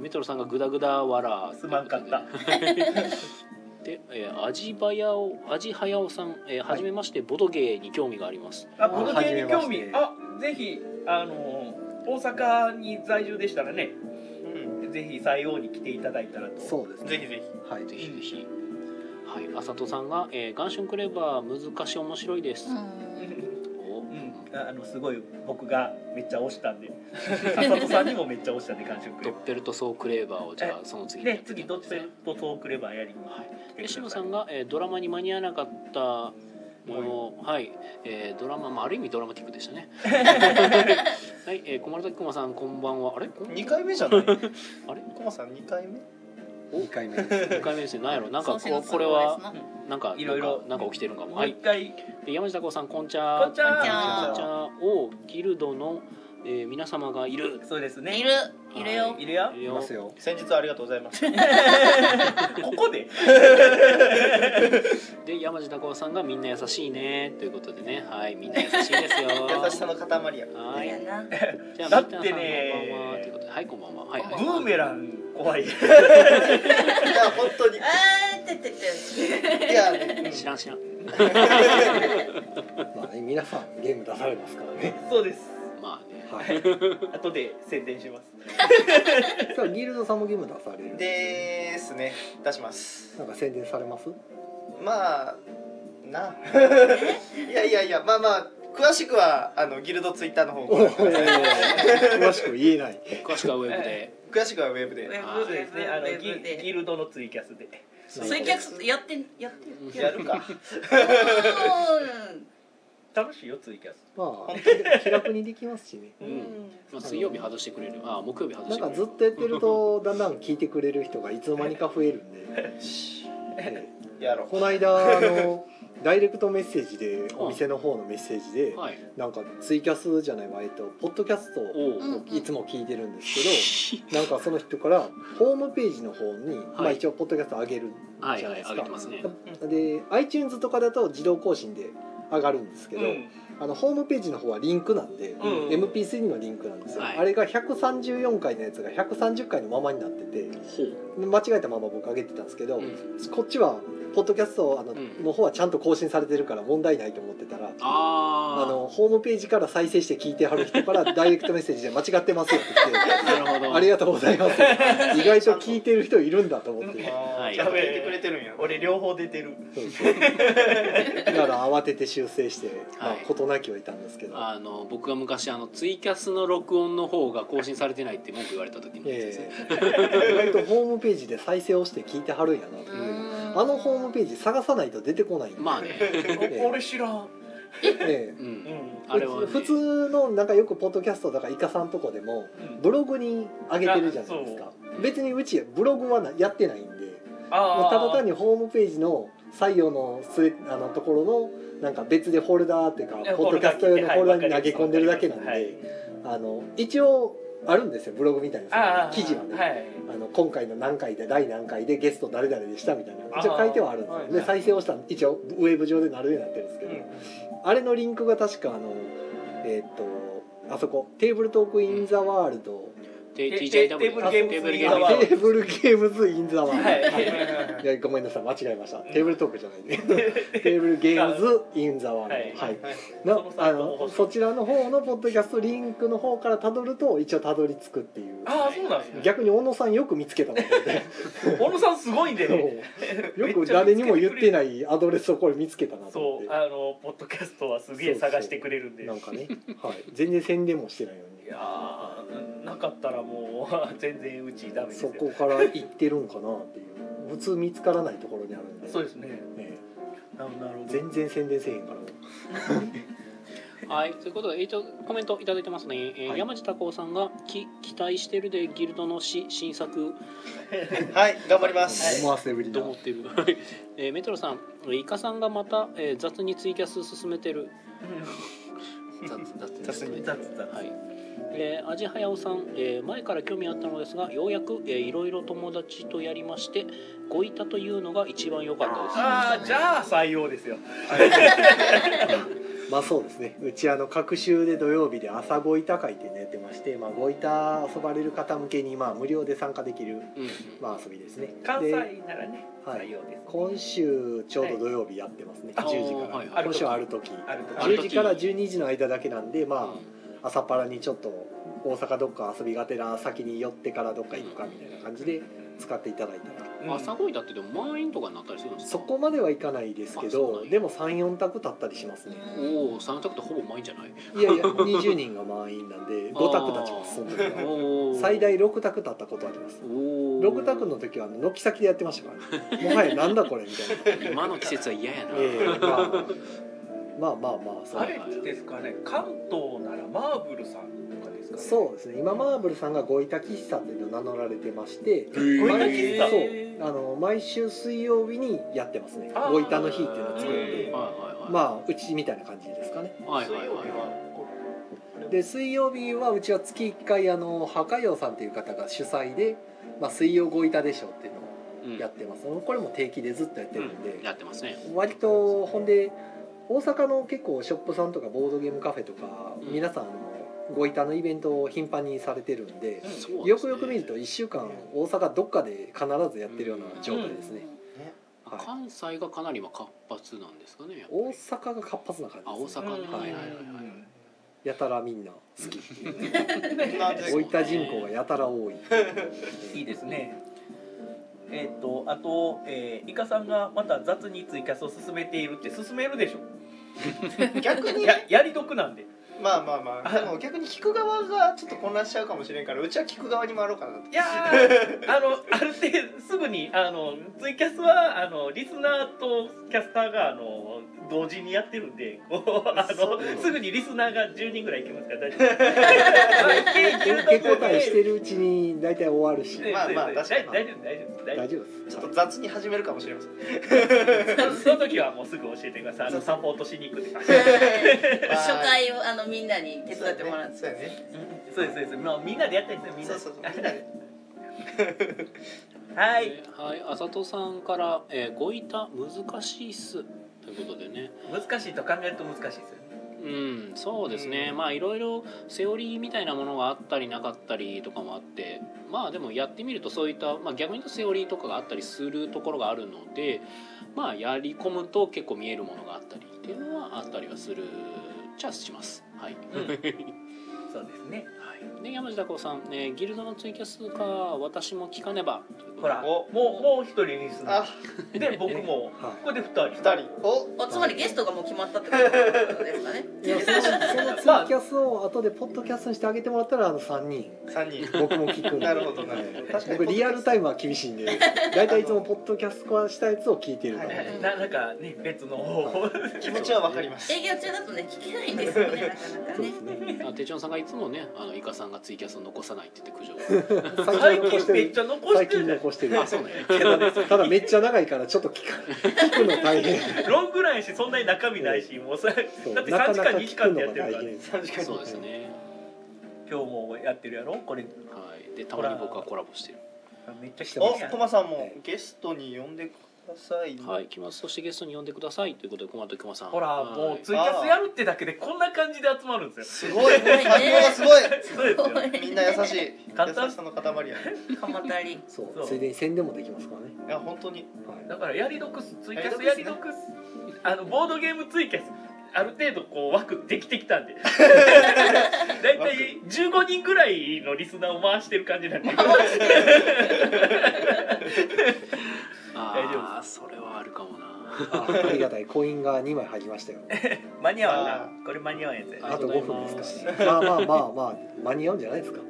Speaker 1: メトロさんがグダグダ笑
Speaker 3: すまんかった
Speaker 1: で、えー、アジバヤオアジハヤオさん、えー、はじめましてボドゲーに興味があります
Speaker 3: あこの系に興味
Speaker 2: 初めま
Speaker 3: あぜひあの大阪に在住でしたらねぜひ西欧に来ていただいたらと
Speaker 2: 夫そうですね
Speaker 4: ぜひぜ
Speaker 2: はい
Speaker 1: ぜひぜひはい、あさとさんが、えー、ガンシュンクレバー難しい面白いです、お
Speaker 3: うんあのすごい僕がめっちゃ押したんで浅戸さんにもめっちゃ押したんで完食
Speaker 1: ドッペルトソークレーバーをじゃあその次にや
Speaker 3: で
Speaker 1: って
Speaker 3: 次
Speaker 1: み
Speaker 3: ド
Speaker 1: ま
Speaker 3: ッ
Speaker 1: す
Speaker 3: ペルとトークレバーやりに来てく
Speaker 1: で
Speaker 3: だ
Speaker 1: シム
Speaker 3: さ
Speaker 1: さ
Speaker 3: い
Speaker 1: んが、えードラマに間に合わなかったものはい、えードラマ、まあ、ある意味ドラマティックでした ねはい、えー、小丸崎駒さんこんばんはあれこん
Speaker 4: ひ二回目じゃない
Speaker 1: あれ
Speaker 4: コマさん二回目
Speaker 2: 2回目です
Speaker 1: 2回目ですねなんやろなんかこ
Speaker 5: そうしま
Speaker 1: う
Speaker 5: す
Speaker 1: これは
Speaker 5: そうです
Speaker 1: なんか
Speaker 3: いろいろ
Speaker 1: なんかなんか起きてるんかも
Speaker 3: もう
Speaker 1: は
Speaker 3: 一
Speaker 1: い
Speaker 3: 回
Speaker 1: で山下孝さんこんち
Speaker 3: こ
Speaker 1: ゃ
Speaker 3: んちゃ
Speaker 5: こ
Speaker 1: こんちゃをギルドの、えー皆様がいる
Speaker 3: そうです
Speaker 5: な
Speaker 3: ね
Speaker 5: いるいるよ
Speaker 1: はい
Speaker 3: るよ
Speaker 1: いる
Speaker 2: い
Speaker 1: よ
Speaker 2: ますよ
Speaker 4: 先日はありがとうございます
Speaker 3: ここで
Speaker 1: で山下孝さんがみんな優しいねということでねはいみんな優しいですよ
Speaker 4: 優しさの塊や
Speaker 1: は
Speaker 5: や
Speaker 1: い
Speaker 5: な
Speaker 1: じゃあ
Speaker 3: だ
Speaker 1: み
Speaker 3: っ
Speaker 1: ーたん
Speaker 3: て
Speaker 1: さんこんばんは
Speaker 3: ね
Speaker 1: ということではいこんばんははい、
Speaker 5: こん
Speaker 1: はい
Speaker 5: ばん
Speaker 3: ブ
Speaker 5: は
Speaker 3: ーメラン怖い
Speaker 4: いや本当 にい
Speaker 5: あーててて
Speaker 4: やね
Speaker 1: 知らん知らん
Speaker 2: まあね皆さんゲーム出されますからね
Speaker 3: そうです
Speaker 1: まあね
Speaker 2: はい
Speaker 3: 後で宣伝します
Speaker 2: 今日ギルドさんもゲーム出されるんで
Speaker 4: ですね出します
Speaker 2: すよねなんか宣伝されます
Speaker 4: まあな いやいやいやまあまあ詳しくはあのギルドツイッターの方
Speaker 2: おいおいおいおい
Speaker 4: 詳
Speaker 2: 詳しく言えない
Speaker 1: 詳しくはウェブで
Speaker 4: しくはウェブ
Speaker 5: ウ
Speaker 4: で
Speaker 5: ェ
Speaker 1: あ
Speaker 5: ブ
Speaker 1: ー
Speaker 5: ウ
Speaker 3: そうで
Speaker 5: ェ
Speaker 3: す
Speaker 5: ブ
Speaker 3: ね
Speaker 5: ウ
Speaker 3: あの
Speaker 5: ェブ
Speaker 3: ギギ
Speaker 5: で
Speaker 3: ルドのツイキャスで
Speaker 5: そういうキャスやってやってる
Speaker 4: やるか
Speaker 5: うん
Speaker 3: 楽しいよツイキャス
Speaker 2: まあ 気楽にできますしね
Speaker 1: う
Speaker 3: うんん
Speaker 1: まあ、水曜日外してくれるあ木曜日外
Speaker 2: な
Speaker 1: して
Speaker 2: ん
Speaker 1: く
Speaker 2: か
Speaker 1: れ
Speaker 2: ずっ
Speaker 1: る
Speaker 2: とやってるとだんだん聞いてくれる人がいつの間にか増える んでね
Speaker 4: やろ
Speaker 2: この間あのダイレクトメッセージでお店の方のメッセージで
Speaker 1: はい
Speaker 2: なんかツイキャスじゃないわえっとポッドキャスト
Speaker 1: お
Speaker 2: を
Speaker 1: お、
Speaker 5: うん
Speaker 2: いつも聞いてるんですけ どなんかその人からホームページの方にまあ一応ポッドキャスト上げる
Speaker 1: はい
Speaker 2: じゃ
Speaker 1: は
Speaker 2: ない
Speaker 1: い
Speaker 2: です
Speaker 1: 上
Speaker 2: か
Speaker 1: げてますね
Speaker 2: で iTunes とかだと自動更新で上がるんですけど、
Speaker 3: うん
Speaker 2: あのホームページの方はリンクなんで、
Speaker 3: うん
Speaker 2: MP3 のリンクなんですよ、
Speaker 1: はい
Speaker 2: あれが134回のやつが130回のままになってて
Speaker 1: ほう、
Speaker 2: 間違えたまま僕上げてたんですけど、
Speaker 1: うん、
Speaker 2: こっちはポッドキャストあの,、
Speaker 1: うん
Speaker 2: の方はちゃんと更新されてるから問題ないと思ってたら。
Speaker 1: あ
Speaker 2: あのホームページから再生して聞いてはる人 からダイレクトメッセージで間違ってますよって来て
Speaker 1: あなるほど
Speaker 2: ありがとうございます 意外と聞いてる人いるんだと思って
Speaker 4: うあ
Speaker 1: は
Speaker 4: ー
Speaker 1: い
Speaker 4: ちゃんと聞いてくれてるんや
Speaker 3: 俺両方出てる
Speaker 2: そう そうだから慌てて修正して、まあ
Speaker 1: はい
Speaker 2: 事なきをいたんですけど、
Speaker 1: あの僕が昔あのツイキャスの録音の方が更新されてないって文句言われた時のやつですね
Speaker 2: え え意外とホームページで再生をして聞いてはるんやなというあのホームペ
Speaker 5: ー
Speaker 2: ージ探さないと出てこないんで、
Speaker 1: まあね、
Speaker 3: お俺知らん
Speaker 2: え
Speaker 1: う、
Speaker 3: うん ん
Speaker 2: え
Speaker 1: あれは、ね、
Speaker 2: 普通のなんかよくポッドキャストだからイカさんとこでもブログに上げてるじゃないです
Speaker 3: あ
Speaker 2: か
Speaker 1: う
Speaker 2: 別にうちブログはなやってないんでも
Speaker 3: あ
Speaker 2: うただ単
Speaker 3: に
Speaker 2: にホームページの採用のすあのところのなんか別でフォルダーっていうかポッドキャスト用のフォルダーに投げ込んでるだけなんで、あの一応あるんですよブログみたい
Speaker 3: あ
Speaker 2: な
Speaker 3: あ
Speaker 2: 記事はね、
Speaker 3: はい
Speaker 2: あの今回の何回で第何回でゲスト誰々でしたみたいな一応
Speaker 3: あー
Speaker 2: 書いてはあるんですよ、
Speaker 3: はい
Speaker 2: で再生をしたら一応ウェブ上でなるようになってるんですけど、あれのリンクが確かあのえーっとあそこ「テーブルトーク・イン・ザ・ワールド」
Speaker 1: テ
Speaker 3: テ
Speaker 1: ティーチャーイン
Speaker 3: テ
Speaker 1: タ
Speaker 3: ー
Speaker 1: ブル
Speaker 3: ブルゲーム
Speaker 1: テーブ
Speaker 3: テーブ
Speaker 1: ル
Speaker 3: ル
Speaker 1: ゲ
Speaker 3: ゲ
Speaker 1: ー
Speaker 3: ー
Speaker 1: ム
Speaker 3: ム
Speaker 2: テーブルゲームズインザワー、
Speaker 3: はい
Speaker 2: いやごめんなさい間違えましたテーブルトークじゃないねテーブルゲームズインザワールド
Speaker 3: は
Speaker 2: はい
Speaker 4: はい
Speaker 2: な
Speaker 3: その
Speaker 2: あ
Speaker 3: サイトの
Speaker 2: のそちらの方のポッドキャストリンクの方からたどると一応たどり着くっていう
Speaker 3: ああそうなんですね
Speaker 2: 逆に小野さんよく見つけたもんで
Speaker 3: 小野さんすごいんでね
Speaker 2: よく誰にも言ってないアドレスをこれ見つけたなと思
Speaker 3: そ
Speaker 2: っ
Speaker 3: うあのポッドキャストはすげえ探してくれるん
Speaker 2: て
Speaker 3: で
Speaker 2: なんかね、はい、全然宣伝もしてないのに
Speaker 3: いやーななかったらもう 全然うちダメです
Speaker 2: そ
Speaker 3: よ
Speaker 2: こから行ってるんかなっていう普通見つからないところにあるんで
Speaker 3: そうですね
Speaker 2: ね
Speaker 3: ななるほど
Speaker 2: 全然宣伝せえへんから
Speaker 1: はい、ということで、一応コメントいただいてますね。えー
Speaker 2: はい
Speaker 1: 山地孝夫さんがき期待してるでギルドのし新作
Speaker 4: はい頑張ります
Speaker 2: 思わせぶりな
Speaker 1: と思っている。 えーメトロさん、イカさんがまた、えー雑にツイキャス進めてる。
Speaker 4: さすがに
Speaker 3: 雑雑
Speaker 1: はい。えー、アジハヤオさん、えー前から興味あったのですがようやく、えーいろいろ友達とやりましてごいたというのが一番良かったです
Speaker 3: ああじゃあ採用ですよ
Speaker 2: まあそうですねうちあの各週で土曜日で朝ごいた会って寝てまして、まあ、ごいた遊ばれる方向けにまあ無料で参加できる、
Speaker 1: うん
Speaker 2: まあ、遊びですね
Speaker 3: 関西
Speaker 2: で
Speaker 3: ならね
Speaker 2: はい
Speaker 3: 採用です
Speaker 2: 今週ちょうど土曜日やってますね、
Speaker 1: あー
Speaker 2: 10時から、
Speaker 1: はいはい
Speaker 2: 今週はある時
Speaker 3: あると
Speaker 1: ある
Speaker 2: 10
Speaker 1: 時
Speaker 2: 時から12時の間だけなんでまあ、
Speaker 1: う
Speaker 2: 朝っぱらにちょっと大阪どっか遊びがてら先に寄ってからどっか行くかみたいな感じで使っていただいたら
Speaker 1: ん朝
Speaker 3: う
Speaker 1: ごいたってでも満員とかになったりするんですか
Speaker 2: そこまではいかないですけ
Speaker 1: あそうなん
Speaker 2: ど
Speaker 1: や
Speaker 2: でも34択立ったりしますね
Speaker 1: おお3択ってほぼ満員じゃない
Speaker 2: い やいや20人が満員なんで5択立ちますその時は
Speaker 1: おー
Speaker 2: 最大6択立ったことあります
Speaker 1: おー
Speaker 2: 6択の時はあの軒先でやってましたか らねもはやなんだこれみたいな
Speaker 1: 今の季節は嫌やな、
Speaker 2: ええまあまあまあまあそ
Speaker 3: あ
Speaker 2: う
Speaker 3: れですかね関東ならマーブルさんとかですかね
Speaker 2: そうですね今マーブルさんがごいた喫茶っていうのを名乗られてまして
Speaker 3: ごいた
Speaker 2: 毎
Speaker 3: 喫茶
Speaker 2: そうあの毎週水曜日にやってますね
Speaker 3: あー
Speaker 2: ごいたの日っていうのを作るん
Speaker 3: へ
Speaker 2: で
Speaker 1: はいは
Speaker 3: ー
Speaker 1: いはい
Speaker 2: まあうちみたいな感じですかね
Speaker 1: はいはいはい
Speaker 2: で水曜日はうちは月1回あの破壊王さんっていう方が主催で「まあ、水曜ごいたでしょ」っていうのを
Speaker 1: うん
Speaker 2: やってます、これも定期でずっとやってるんで、
Speaker 1: やってますね
Speaker 2: 割とほんで大阪の結構ショップさんとかボードゲームカフェとか、
Speaker 1: うん
Speaker 2: 皆さんあのごいたのイベントを頻繁にされてるんで、
Speaker 1: そうですね
Speaker 2: よくよく見ると1週間大阪どっかで必ずやってるような状態ですね、はい
Speaker 1: 関西がかなり今活発なんですかねやっぱり
Speaker 2: 大阪が活発な感じです、
Speaker 1: あ大
Speaker 2: ね
Speaker 1: 阪、
Speaker 3: うん
Speaker 1: はいはいはいはい
Speaker 2: やたらみんな好き
Speaker 4: なんで
Speaker 2: ごいた人口がやたら多い
Speaker 3: いいですね。えっ、とあと、えー、イカさんがまた雑にツイキャスを進めているって進めるでしょ。
Speaker 4: 逆に
Speaker 3: ややり得なんで。
Speaker 4: まあまあまあでも逆に聞く側がちょっと混乱しちゃうかもしれんからうちは聞く側に回ろうかなと
Speaker 3: いやー あのある程度すぐにあのツイキャスはあのリスナーとキャスターがあの同時にやってるんで、こうあ
Speaker 2: そう
Speaker 3: のすぐにリスナーが10人ぐらいいけますから大丈夫まあ。
Speaker 2: 受け答えしてるうちに大体終わるし
Speaker 3: で。
Speaker 4: まあまあ
Speaker 3: で
Speaker 4: 確かに
Speaker 3: 大丈夫大丈夫大丈
Speaker 2: 大
Speaker 3: 夫
Speaker 2: 丈夫で
Speaker 4: ち
Speaker 2: す
Speaker 4: ょっと雑に始めるかもしれま せん
Speaker 3: その時はもうすぐ教えてくださいあのサポートしに行くって感じ
Speaker 5: 初回をあのみんなに手伝ってもらって
Speaker 4: そうやね
Speaker 3: そうですそうです。まあみんなでやったりするみん
Speaker 4: そ
Speaker 3: な
Speaker 4: う
Speaker 3: で。
Speaker 4: そうそうみんなで
Speaker 3: はい。
Speaker 1: はいあさとさんから「えー、ごいた難しいっす」ということでね
Speaker 3: 難しいと考えると難しいですよね。
Speaker 1: うんそうですね、
Speaker 4: うん
Speaker 1: まあいろいろセオリーみたいなものがあったりなかったりとかもあってまあでもやってみるとそういった、まあ、逆に言うとセオリーとかがあったりするところがあるのでまあやり込むと結構見えるものがあったりっていうのはあったりはするじゃあしますはい、
Speaker 3: うん
Speaker 1: はい、
Speaker 3: そうですね。
Speaker 1: で山下孝さん、えーギルドのツイキャスか私も聞かねば」
Speaker 3: ほら、も
Speaker 4: お
Speaker 3: うもう一人リスナ
Speaker 4: あ
Speaker 3: ー。で僕も
Speaker 2: はい
Speaker 3: これで二人。
Speaker 4: 二人お
Speaker 5: おつまりゲストがもう決まったってことですかね
Speaker 2: いやそのそのツイキャスを後でポッドキャストにしてあげてもらったらあの3人
Speaker 4: 三人
Speaker 2: 僕も聞くんで
Speaker 4: なるほどなるほど
Speaker 2: はい
Speaker 4: 確かに
Speaker 2: 僕リアルタイムは厳しいんで大体いつもポッドキャスト化したやつを聞いてるから、
Speaker 4: はいはい
Speaker 3: ななんかね別の方 法。
Speaker 4: 気持ちはわかります
Speaker 5: 営業中だとね聞けないんですよねなかなか
Speaker 2: そう
Speaker 5: ね
Speaker 2: ですね
Speaker 1: あ手帳さんがいつもねあのイカさんがツイキャスを残さないって言って苦情
Speaker 2: 最
Speaker 3: 最
Speaker 2: 近残し
Speaker 3: 近
Speaker 2: て
Speaker 3: めっ
Speaker 2: る
Speaker 3: ちゃ残し
Speaker 2: 最
Speaker 3: てる
Speaker 2: 近
Speaker 3: じゃない。
Speaker 2: 残してる
Speaker 1: あそうね
Speaker 2: ただただめっちゃ長いからちょっと聞か聞くの大変
Speaker 3: ロングラインしそんなに中身ないし、もうそれ
Speaker 2: そう
Speaker 3: だって
Speaker 2: なか
Speaker 3: 三
Speaker 2: な
Speaker 3: 時
Speaker 2: か
Speaker 3: 間二時間
Speaker 2: 聞くの
Speaker 3: でやっ
Speaker 2: が
Speaker 3: てるから、
Speaker 2: 大
Speaker 3: ね
Speaker 2: 変。
Speaker 4: 確かに
Speaker 1: そうですね
Speaker 3: 今日もやってるやろ。これ
Speaker 1: はいでたまに僕はコラボしてる
Speaker 3: めっちゃ来て
Speaker 4: お、ト
Speaker 3: ま
Speaker 4: マさんもゲストに呼んでださいね
Speaker 1: はい来ますそしてゲストに呼んでくださいということで小松くまさん
Speaker 3: ほら
Speaker 1: はい
Speaker 3: もうツイキャスやるってだけでこんな感じで集まるんですよ
Speaker 4: すごい反応が すごい
Speaker 3: そうですよ
Speaker 4: みんな優しい
Speaker 3: 簡単
Speaker 4: 優しさの塊やい
Speaker 5: 浜たり
Speaker 2: そう
Speaker 3: そう
Speaker 2: ついでに宣伝もできます からね、
Speaker 4: や本当に
Speaker 2: はい、
Speaker 3: だからやり得すツイキャスや
Speaker 4: や
Speaker 3: り
Speaker 4: り
Speaker 3: 得
Speaker 4: 得
Speaker 3: すあのボードゲームツイキャスある程度こう枠できてきた んでだいたい15人ぐらいのリスナーを回してる感じなんで
Speaker 1: ああそれはあるかもな
Speaker 2: あありがたいコインが2枚入りましたよ
Speaker 3: 間に合わん
Speaker 4: あ
Speaker 3: なこれ間に合わんやつや
Speaker 1: はい
Speaker 2: あと5分ですから、まあまあまあまあ間に合うんじゃな いですか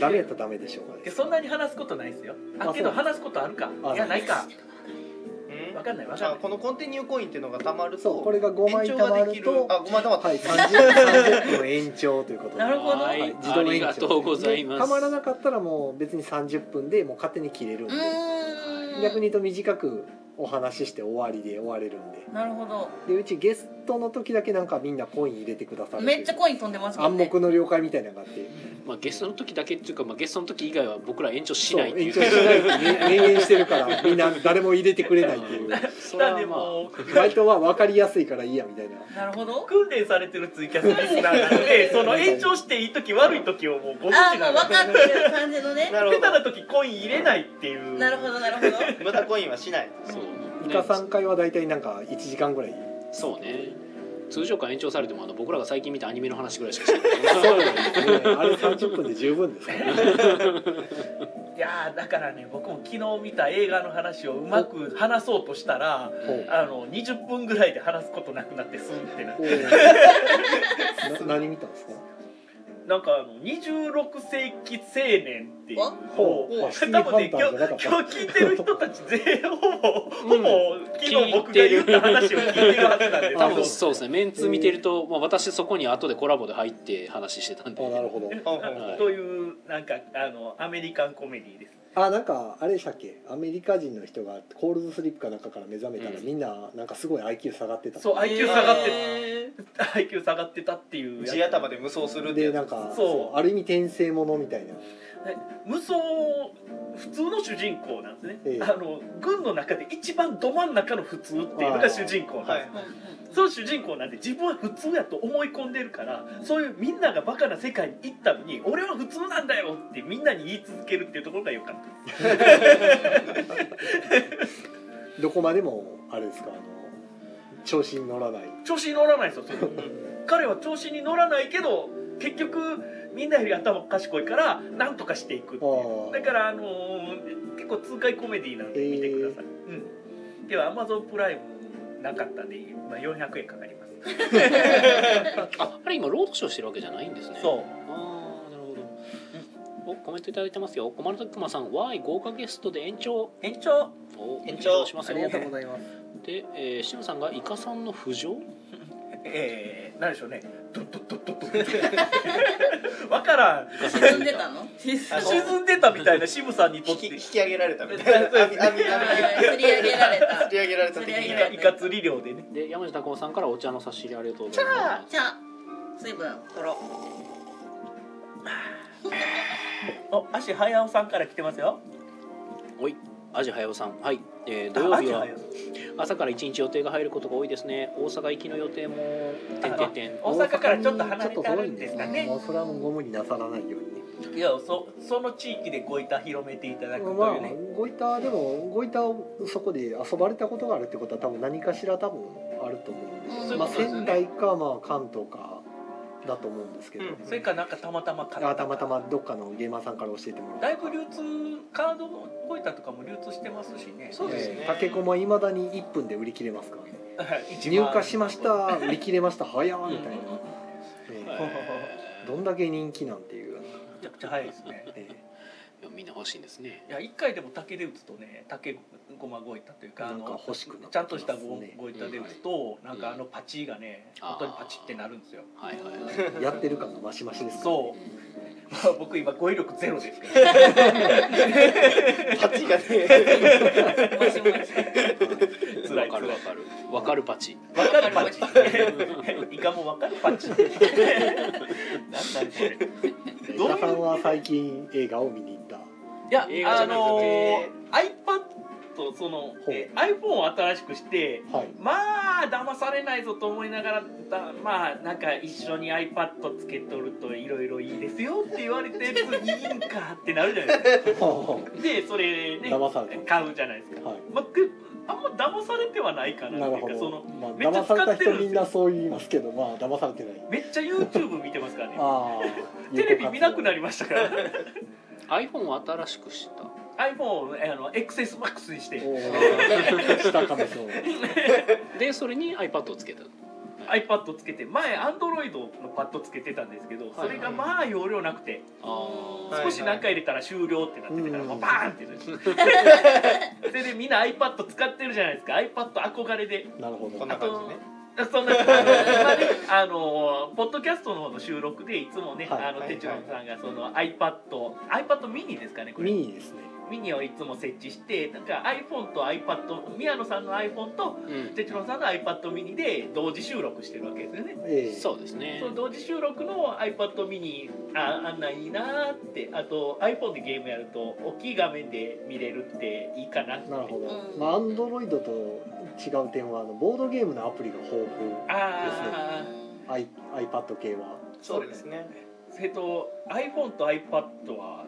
Speaker 2: ダメやったらダメでしょうか
Speaker 3: で
Speaker 2: ね
Speaker 3: そんなに話すことないですよ
Speaker 2: あそ
Speaker 3: あ
Speaker 2: う
Speaker 3: けど話すことあるか
Speaker 2: あ
Speaker 3: いやないか
Speaker 4: うん
Speaker 3: わかんないわかん
Speaker 4: あ
Speaker 3: ない
Speaker 4: このコンティニューコインっていうのがたまると
Speaker 2: そうこれが5枚
Speaker 4: 延
Speaker 2: 貯
Speaker 4: 長
Speaker 2: ま
Speaker 4: ができ
Speaker 2: る
Speaker 4: る
Speaker 2: と
Speaker 4: あ5枚たまった
Speaker 2: はい30 30分延長ということで
Speaker 3: なるほど
Speaker 1: は
Speaker 2: はいい、
Speaker 1: ありがとうございます
Speaker 2: たまらなかったらもう別に30分でもう勝手に切れるん
Speaker 5: う
Speaker 2: で
Speaker 5: ーん
Speaker 2: 逆に言うと短くお話しして終わりで終われるんで
Speaker 5: なるほど
Speaker 2: でうちゲストの時だけなんかみんなコイン入れてくださるっていう
Speaker 5: めっちゃコイン飛んでますもん
Speaker 2: 暗
Speaker 5: ね
Speaker 2: 黙の了解みたいなのがあって
Speaker 1: まあゲストの時だけっていうかまあゲストの時以外は僕ら延長しないっ
Speaker 2: そう
Speaker 1: ていう
Speaker 2: 延長しないって明明言してるからみんな誰も入れてく れないっていう
Speaker 1: それ
Speaker 3: なんで
Speaker 1: はまあ
Speaker 3: もう
Speaker 2: バイトは分かりやすいからいいやみたいな
Speaker 5: なるほど
Speaker 3: 訓練されてるツイキャスリスナーなの でその延長していい時悪い時をもうご存
Speaker 5: あ
Speaker 3: 知
Speaker 5: ーも
Speaker 3: な
Speaker 5: う
Speaker 3: の
Speaker 5: 分かってる感じのね
Speaker 4: なる
Speaker 3: 下手
Speaker 4: ほど
Speaker 3: な時コイン入れないっていう
Speaker 5: なるほどなるほど
Speaker 4: 無駄コインはしない
Speaker 1: そう
Speaker 2: イ
Speaker 1: ね
Speaker 2: カさん会は大体なんか1時間ぐらい
Speaker 1: そうね通常回延長されてもあの僕らが最近見たアニメの話ぐらいしかしない
Speaker 2: そうなんですねあれ30分で十分ですからね
Speaker 3: いやーだからね僕も昨日見た映画の話をうまく話そうとしたら
Speaker 2: ほう
Speaker 3: あの20分ぐらいで話すことなくなってすんってな
Speaker 2: ほうな何見たんですか
Speaker 3: なんかあの26世紀青年っていう
Speaker 5: お
Speaker 2: ほう
Speaker 3: 多
Speaker 2: シティ
Speaker 3: 分ね今
Speaker 2: ハンターじゃなかっ
Speaker 3: 日
Speaker 2: た
Speaker 3: 今日聞いてる人たち全員ほぼほぼ
Speaker 1: 聞
Speaker 3: 昨
Speaker 1: い
Speaker 3: 日僕が言った話を聞いてるはずなんで
Speaker 1: 多
Speaker 3: 多
Speaker 1: 分
Speaker 3: 分
Speaker 1: そうですねメンツ見てると、まあ、私そこに後でコラボで入って話してたんで
Speaker 2: あなるほど
Speaker 4: ほんほんほん
Speaker 1: はい
Speaker 3: というなんかあのアメリカンコメディです
Speaker 2: あなんかあれでしたっけアメリカ人の人がコールドスリップかなんかから目覚めたら、
Speaker 1: うん
Speaker 2: みんななんかすごい IQ 下がってた
Speaker 3: そう IQ 下がって IQ 下がってたっていうやつ
Speaker 4: 地頭で無双するって
Speaker 2: で
Speaker 4: やつ
Speaker 2: なんか
Speaker 3: そう
Speaker 2: そうある意味転生ものみたいな
Speaker 3: 無双普通の主人公なんですね、
Speaker 2: ええ
Speaker 3: あの軍の中で一番ど真ん中の普通っていうのが主人公なんです、
Speaker 4: はい
Speaker 3: その主人公なんて自分は普通やと思い込んでるからそういうみんながバカな世界に行ったのに俺は普通なんだよってみんなに言い続けるっていうところが良かった
Speaker 2: どこまでもあれですかあの調子に乗らない
Speaker 3: 調子に乗らないんですよそれ彼は調子に乗らないけど結局みんなより頭賢いからなんとかしていくっていう
Speaker 2: あー
Speaker 3: だから、あのー結構痛快コメディなんで見てください、うんではアマゾンプライムなかったんで、まあ、400円かかります
Speaker 1: ああれ今ロードショーしてるわけじゃないんですね
Speaker 3: そう
Speaker 1: ああなるほどおコメントいただいてますよ小丸時駒さん「Y 豪華ゲストで延長
Speaker 3: 延長」
Speaker 1: お
Speaker 4: 延長
Speaker 1: します
Speaker 2: あり
Speaker 1: よ
Speaker 2: がとうございます
Speaker 1: で、えー、シムさんが「イカさんの浮上
Speaker 3: えー、なんでしょうねドッドッドッドッドッわからん
Speaker 1: イカさ
Speaker 5: 沈ん
Speaker 1: の
Speaker 5: でたの沈んでた
Speaker 4: あの
Speaker 3: 沈んでたみたいなシムさんにと
Speaker 4: 引
Speaker 3: っ
Speaker 4: き
Speaker 3: て
Speaker 4: 引
Speaker 3: イ
Speaker 4: き上げられたみたいな網網網
Speaker 5: 釣り上げられた
Speaker 4: 引き上げられた的
Speaker 5: 釣り上げ
Speaker 4: に
Speaker 5: られ
Speaker 3: カイカ釣り量でね
Speaker 1: で山下孝さんからお茶の差し入れありがとうございます
Speaker 5: じゃあ水分取ろう
Speaker 3: お足早尾さんから来てますよ
Speaker 1: おいアジハヤオさんはい、えー、土曜
Speaker 3: あ足
Speaker 1: 日は
Speaker 3: 早尾さん
Speaker 1: 朝から一日予定が入ることが多いですね大阪行きの予定もてんて んてん
Speaker 3: 大阪からちょっと離れてあるんですかね
Speaker 2: もうそれはもうゴムになさらないようにね
Speaker 3: いやそその地域でごいた広めていただくと
Speaker 2: ま
Speaker 3: い
Speaker 2: あ
Speaker 3: うね、
Speaker 2: ごいたでもごいたをそこで遊ばれたことがあるってことは多分何かしら多分あると思うんで、
Speaker 5: うん
Speaker 2: まあ、
Speaker 3: そういうことですよね
Speaker 2: 仙台かまあ関東かだと思うんですけど、
Speaker 4: うん
Speaker 3: それかなんかたまたま買った
Speaker 2: あたまたまどっかのゲーマーさんから教えてもらった
Speaker 3: だいぶ流通カードごいたとかも流通してますしね
Speaker 4: そうですね
Speaker 2: ええかけこもいまだに1分で売り切れますからね
Speaker 3: 一
Speaker 2: 入
Speaker 3: 番
Speaker 2: 荷しました売り切れました早ーみたいな、ええ
Speaker 1: えー
Speaker 2: どんだけ人気なんていう、
Speaker 3: めちゃくちゃ早いですね
Speaker 2: え
Speaker 1: いやみんな欲しいんですね
Speaker 3: いや一回でも竹で打つとね竹ごまごいたという
Speaker 2: え
Speaker 3: かあ
Speaker 2: なんか
Speaker 3: の
Speaker 2: 欲しくな
Speaker 3: ちゃんとしたご
Speaker 2: ね
Speaker 3: ごいたで打つと、なんかあのパチーがね
Speaker 1: うん
Speaker 3: 本当にパチってなるんですよ
Speaker 1: はいはいはい
Speaker 2: やってる感がマシマシですからね
Speaker 3: そうう、まあ、僕今語彙力ゼロですけ ど
Speaker 4: パチがね
Speaker 5: もしもし
Speaker 1: ん
Speaker 3: 辛い
Speaker 1: わかるわかるわかるパチ
Speaker 3: わかるパチイカもわかるパチなんなんこれ
Speaker 2: う伊田さんは最近映画を見に行った
Speaker 3: いや
Speaker 1: 映画じゃな
Speaker 3: あ
Speaker 1: くて
Speaker 3: のー iPad とその、
Speaker 2: ほう
Speaker 3: えー iPhone を新しくして
Speaker 2: はい
Speaker 3: まあ騙されないぞと思いながらだまあなんか一緒に iPad つけとるといろいろいいですよって言われていいんかってなるじゃない です かでそれね
Speaker 2: 騙された
Speaker 3: 買うじゃないですか、
Speaker 2: はい
Speaker 3: まあ、くあんま騙されてはないかな
Speaker 2: な
Speaker 3: って
Speaker 2: る
Speaker 3: いうか
Speaker 2: ほ
Speaker 3: その
Speaker 2: ど、まあ、
Speaker 3: めっちゃ
Speaker 2: 騙
Speaker 3: 使
Speaker 2: さ
Speaker 3: っ
Speaker 2: れ
Speaker 3: てるんです
Speaker 2: た
Speaker 3: よ
Speaker 2: 人みんなそう言いますけどまあ騙されてない
Speaker 3: めっちゃ YouTube 見てますからね
Speaker 2: あ あ
Speaker 3: テレビ見なくな
Speaker 2: り
Speaker 3: りましたから
Speaker 1: iPhone を新しくした
Speaker 3: iPhone をあの XSMAX にして
Speaker 2: したかもしれない
Speaker 1: でそれに iPad をつけた
Speaker 3: iPad つけて前 Android のパッドつけてたんですけどそれがまあ容量なくて
Speaker 1: あ
Speaker 4: はい
Speaker 3: 少し何回入れたら終了ってなってたから
Speaker 2: うん
Speaker 3: もうバーンってなってそれでみんな iPad 使ってるじゃないですか iPad 憧れで
Speaker 2: なるほ
Speaker 4: こ
Speaker 2: ど
Speaker 4: んな感じね
Speaker 3: そんなあのポッドキャストの方の収録でいつもね
Speaker 2: はい
Speaker 3: あの
Speaker 4: はい
Speaker 3: てちろんさんがその iPadiPad ミニですかねこれ
Speaker 2: ミニですね
Speaker 3: ミニをいつも設置してなんか iPhone と iPad 宮野さんの iPhone と
Speaker 1: ーうん
Speaker 3: 哲郎さんの iPad ミニで同時収録してるわけですよね。
Speaker 2: ええ
Speaker 1: そうですね
Speaker 3: その同時収録の iPad ミニああんなんいいなーってあと iPhone でゲームやると大きい画面で見れるっていいかなって
Speaker 2: なるほど
Speaker 5: うん
Speaker 2: まあアンドロイドと違う点はあのボードゲームのアプリが豊富
Speaker 3: ああ
Speaker 2: アイ iPad 系は
Speaker 4: そうですね
Speaker 3: それと iPhone と iPad は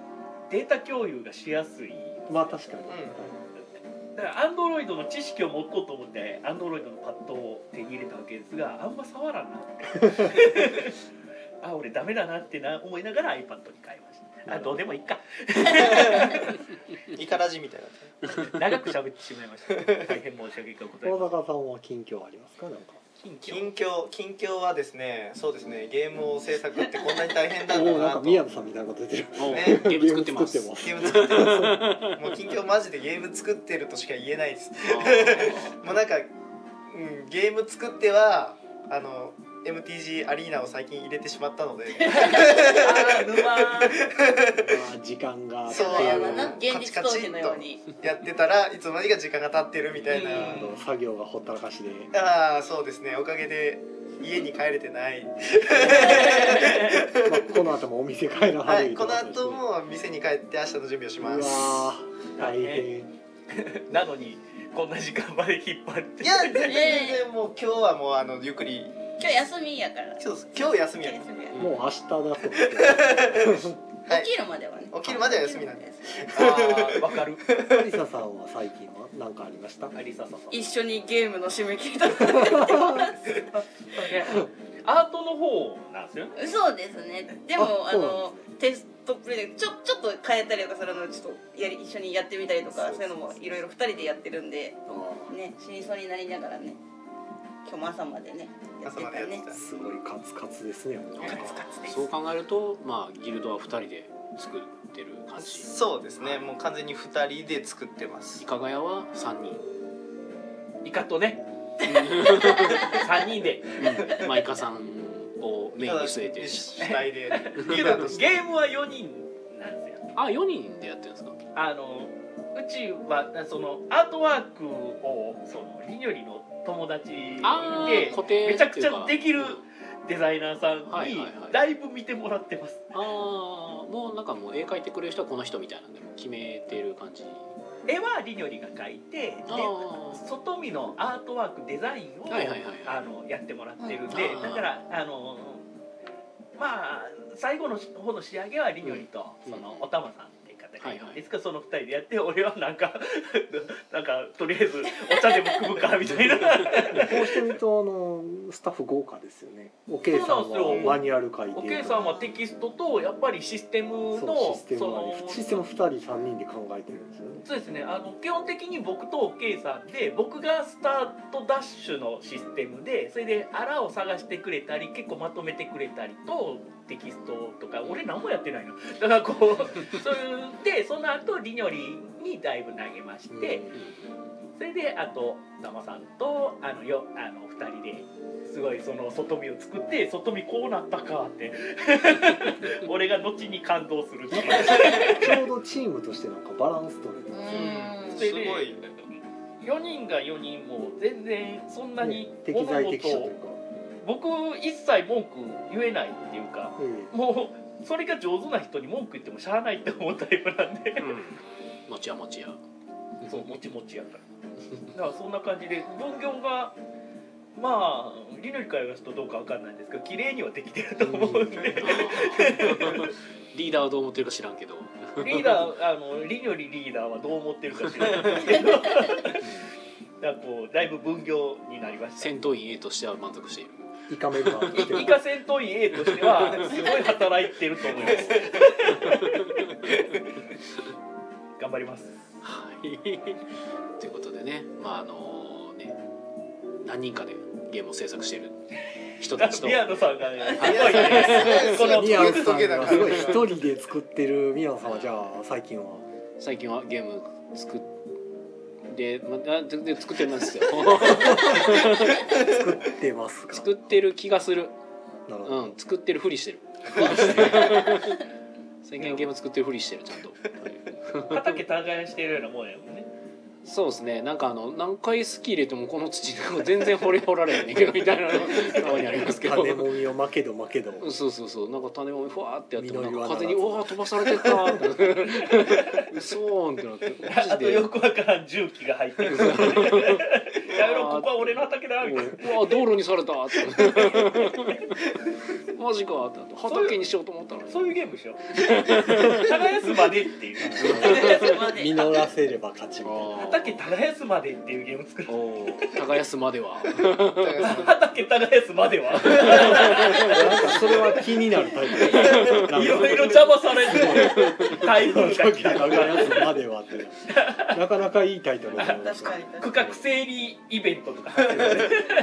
Speaker 3: データ共有がしやすい
Speaker 2: まあ確かに、
Speaker 4: ん
Speaker 3: だから Android の知識を持とうと思って Android のパッドを手に入れたわけですがあんま触らんなって あ俺ダメだなってな思いながら iPad に変えましたあどうでもいいか
Speaker 4: イカラジみたいな
Speaker 3: 長く喋ってしまいました大変申し訳ございま
Speaker 2: 小坂さんは近況ありますかなんか
Speaker 3: せん近況
Speaker 4: 近況近況はですねそうですねゲームを制作ってこんなに大変
Speaker 2: お
Speaker 4: なん
Speaker 2: お
Speaker 4: だ
Speaker 2: ーな
Speaker 4: な
Speaker 2: んか
Speaker 4: と
Speaker 2: 宮野さんみたいなこと出てる
Speaker 1: おう
Speaker 4: ね
Speaker 1: ゲーム作ってます
Speaker 2: ゲーム
Speaker 4: ゲーム作
Speaker 2: 作
Speaker 4: ってますもう近況マジでゲーム作ってるとしか言えないですもうなんか、うん、ゲーム作ってはあの MTG アリーナを最近入れてしまったので
Speaker 3: あー沼
Speaker 2: まあ時間があって
Speaker 4: そう
Speaker 5: あやばな
Speaker 4: カ
Speaker 5: 現
Speaker 4: チカチ
Speaker 5: 実逃避のように
Speaker 4: やってたらいつの間にか時間が経ってるみたいな
Speaker 2: あの作業がほったらかしで
Speaker 4: ああそうですねおかげで家に帰れてない、
Speaker 2: まあ、この後もお店帰ら
Speaker 4: は、
Speaker 2: ないい
Speaker 4: こ
Speaker 2: とい
Speaker 4: の
Speaker 2: けないですね
Speaker 4: 後も店に帰って明日の準備をし
Speaker 2: う
Speaker 4: ま
Speaker 2: わ
Speaker 4: す
Speaker 2: ー大変
Speaker 3: ーなのにこんな時間まで引っ張って
Speaker 4: いや全然全然もう今日はもうあのゆっくり
Speaker 5: 今日休みやから
Speaker 4: そうです今日休みや
Speaker 5: 今日休みや
Speaker 2: もう明日だと
Speaker 5: から起きるまではね
Speaker 4: 起きるまでは休みなんで
Speaker 3: あーわかる
Speaker 2: アリサさんは最近は何かありました
Speaker 3: ありさささん
Speaker 5: 一緒にゲームの締め切 りとか
Speaker 3: アートの方なんですよね
Speaker 5: そうですねでもあ
Speaker 2: あそうなん
Speaker 5: のテストプロジェクトちょちょっと変えたりとかするのちょっとやり一緒にやってみたりとかそういうのもいろいろ二人でやってるんでね死にそうになりながらね今日も朝までねやって
Speaker 4: 朝
Speaker 5: た
Speaker 4: までやって
Speaker 5: ね
Speaker 4: た
Speaker 2: すごいカツカツですね
Speaker 1: そう考えるとまあギルドは2人で作ってる感じ
Speaker 4: そうですねもう完全に二人で作ってます
Speaker 1: イカガヤは3人
Speaker 3: イカとね三人で
Speaker 1: うんまあイカさんをメインに据えて
Speaker 4: 主 体で
Speaker 3: けどゲームは4人なんですよ
Speaker 1: あ4人でやってるんですか
Speaker 3: あのうちはそのアートワークをそのりにょりの友達
Speaker 1: あー
Speaker 3: で
Speaker 1: 固定
Speaker 3: めちゃくちゃできる
Speaker 1: っていうか
Speaker 3: デザイナーさん
Speaker 1: は
Speaker 3: に
Speaker 1: いはいはい
Speaker 3: だいぶ見てもらってます
Speaker 1: ああもうなんかもう絵描いてくれる人はこの人みたいなんでもう決めてる感じ
Speaker 3: 絵はりにょりが描いてで
Speaker 1: あー
Speaker 3: 外見のアートワークデザインを
Speaker 1: はいはいはいはい
Speaker 3: あのやってもらってるんで
Speaker 1: あー
Speaker 3: だからあのまあ最後の方の仕上げはりにょりと
Speaker 1: うん
Speaker 3: そのおたまさんっていう方がいるんですけどその2人でやって俺はなんか なんかとりあえずお茶でも組むかみた いな
Speaker 2: こうしてみるとあのスタッフ豪華ですよねおけいさん
Speaker 3: そうなんです
Speaker 2: は
Speaker 3: よ
Speaker 2: マニュアル書いて
Speaker 3: おけいさんはテキストとやっぱりシステム
Speaker 2: そう
Speaker 3: の
Speaker 2: システム
Speaker 3: そ
Speaker 2: は
Speaker 3: の
Speaker 2: ねシステム2人3人で考えてるんですよね
Speaker 3: そうですねあの基本的に僕と OK さんで僕がスタートダッシュのシステムでそれでアラを探してくれたり結構まとめてくれたりとテキストとか俺何もやってないのだからこうそれでその後りにょりにだいぶ投げまして、それであとダマさんとあのよあの2人ですごいその外見を作って外見こうなったかって俺が後に感動するっていう
Speaker 2: ちょうどチームとしてなんかバランス取れて
Speaker 5: う
Speaker 2: る
Speaker 5: ーん
Speaker 4: すごい
Speaker 3: 4人が4人も全然そんなに
Speaker 2: ね適
Speaker 3: 物
Speaker 2: 材適所
Speaker 3: 事
Speaker 2: という
Speaker 3: を
Speaker 2: か、
Speaker 3: 僕一切文句言えないっていうか
Speaker 2: え
Speaker 3: もうそれが上手な人に文句言ってもしゃあないって思うタイプなんで
Speaker 1: うんもちやもちや
Speaker 3: そうもちもちやからだからそんな感じで分業がまありのりから言わすとどうかわかんないんですけど綺麗にはできてると思うんで
Speaker 1: リーダーはどう思ってるか知らんけど
Speaker 3: リーダーあのりのりリーダーはどう思ってるか知らないんですけどだからこうだいぶ分業になりました
Speaker 1: 戦闘員 A としては満足している
Speaker 2: イカメンバー来て
Speaker 3: イカ戦闘員 A として はすごい働いてると思います 頑張ります
Speaker 1: はいということでねまああのね何人かでゲームを制作している人たちと
Speaker 3: 宮野さんがね
Speaker 4: いやいやいや
Speaker 3: この
Speaker 2: 宮野さん
Speaker 4: 解けた
Speaker 2: が
Speaker 4: 感
Speaker 2: す
Speaker 4: じ
Speaker 2: ご
Speaker 4: が
Speaker 2: い一人で作ってる宮野さんはじゃあ最近は
Speaker 1: 最近はゲーム作って、まあ、でで作ってますよ
Speaker 2: 作ってますか
Speaker 1: 作ってる気がする
Speaker 2: なるほど
Speaker 1: うん作ってるふりしてる最近はゲーム作ってるふりしてるちゃんと、はい
Speaker 3: 畑耕してるようなもんやもんね
Speaker 1: そうですねなんかあの何回スキー入れてもこの土なんか全然掘り掘られへんねんけどみたいなのたまにありますけど
Speaker 2: 種もみを負けど負けど
Speaker 1: そうそうそうなんか種もみふわーってやってもなん
Speaker 2: 実りは
Speaker 1: か
Speaker 2: なら
Speaker 1: 風
Speaker 2: ず
Speaker 1: に「おお飛ばされてった」って「うそーん」ってなってマ
Speaker 3: あ
Speaker 1: ジ
Speaker 3: と
Speaker 1: で
Speaker 3: よくわからん重機が入 ってるやめろここは俺の畑だみたいな
Speaker 1: うわ道路にされたってマジかってなって畑にしようと思ったのに
Speaker 3: そういうゲームでしょ耕すまでっていう
Speaker 2: 実らせれば勝ちみたいな
Speaker 1: あ
Speaker 3: 畑耕すまでっていうゲーム作る
Speaker 1: ーおー耕すまでは
Speaker 3: 畑耕すまでは
Speaker 2: なんかそれは気になるタイプ
Speaker 3: いろいろ邪魔され る台風が来たとか
Speaker 2: やつまではってなかなかいいタイトルだと思いま
Speaker 5: 確
Speaker 2: す
Speaker 5: かに
Speaker 3: 区画整理イベントとか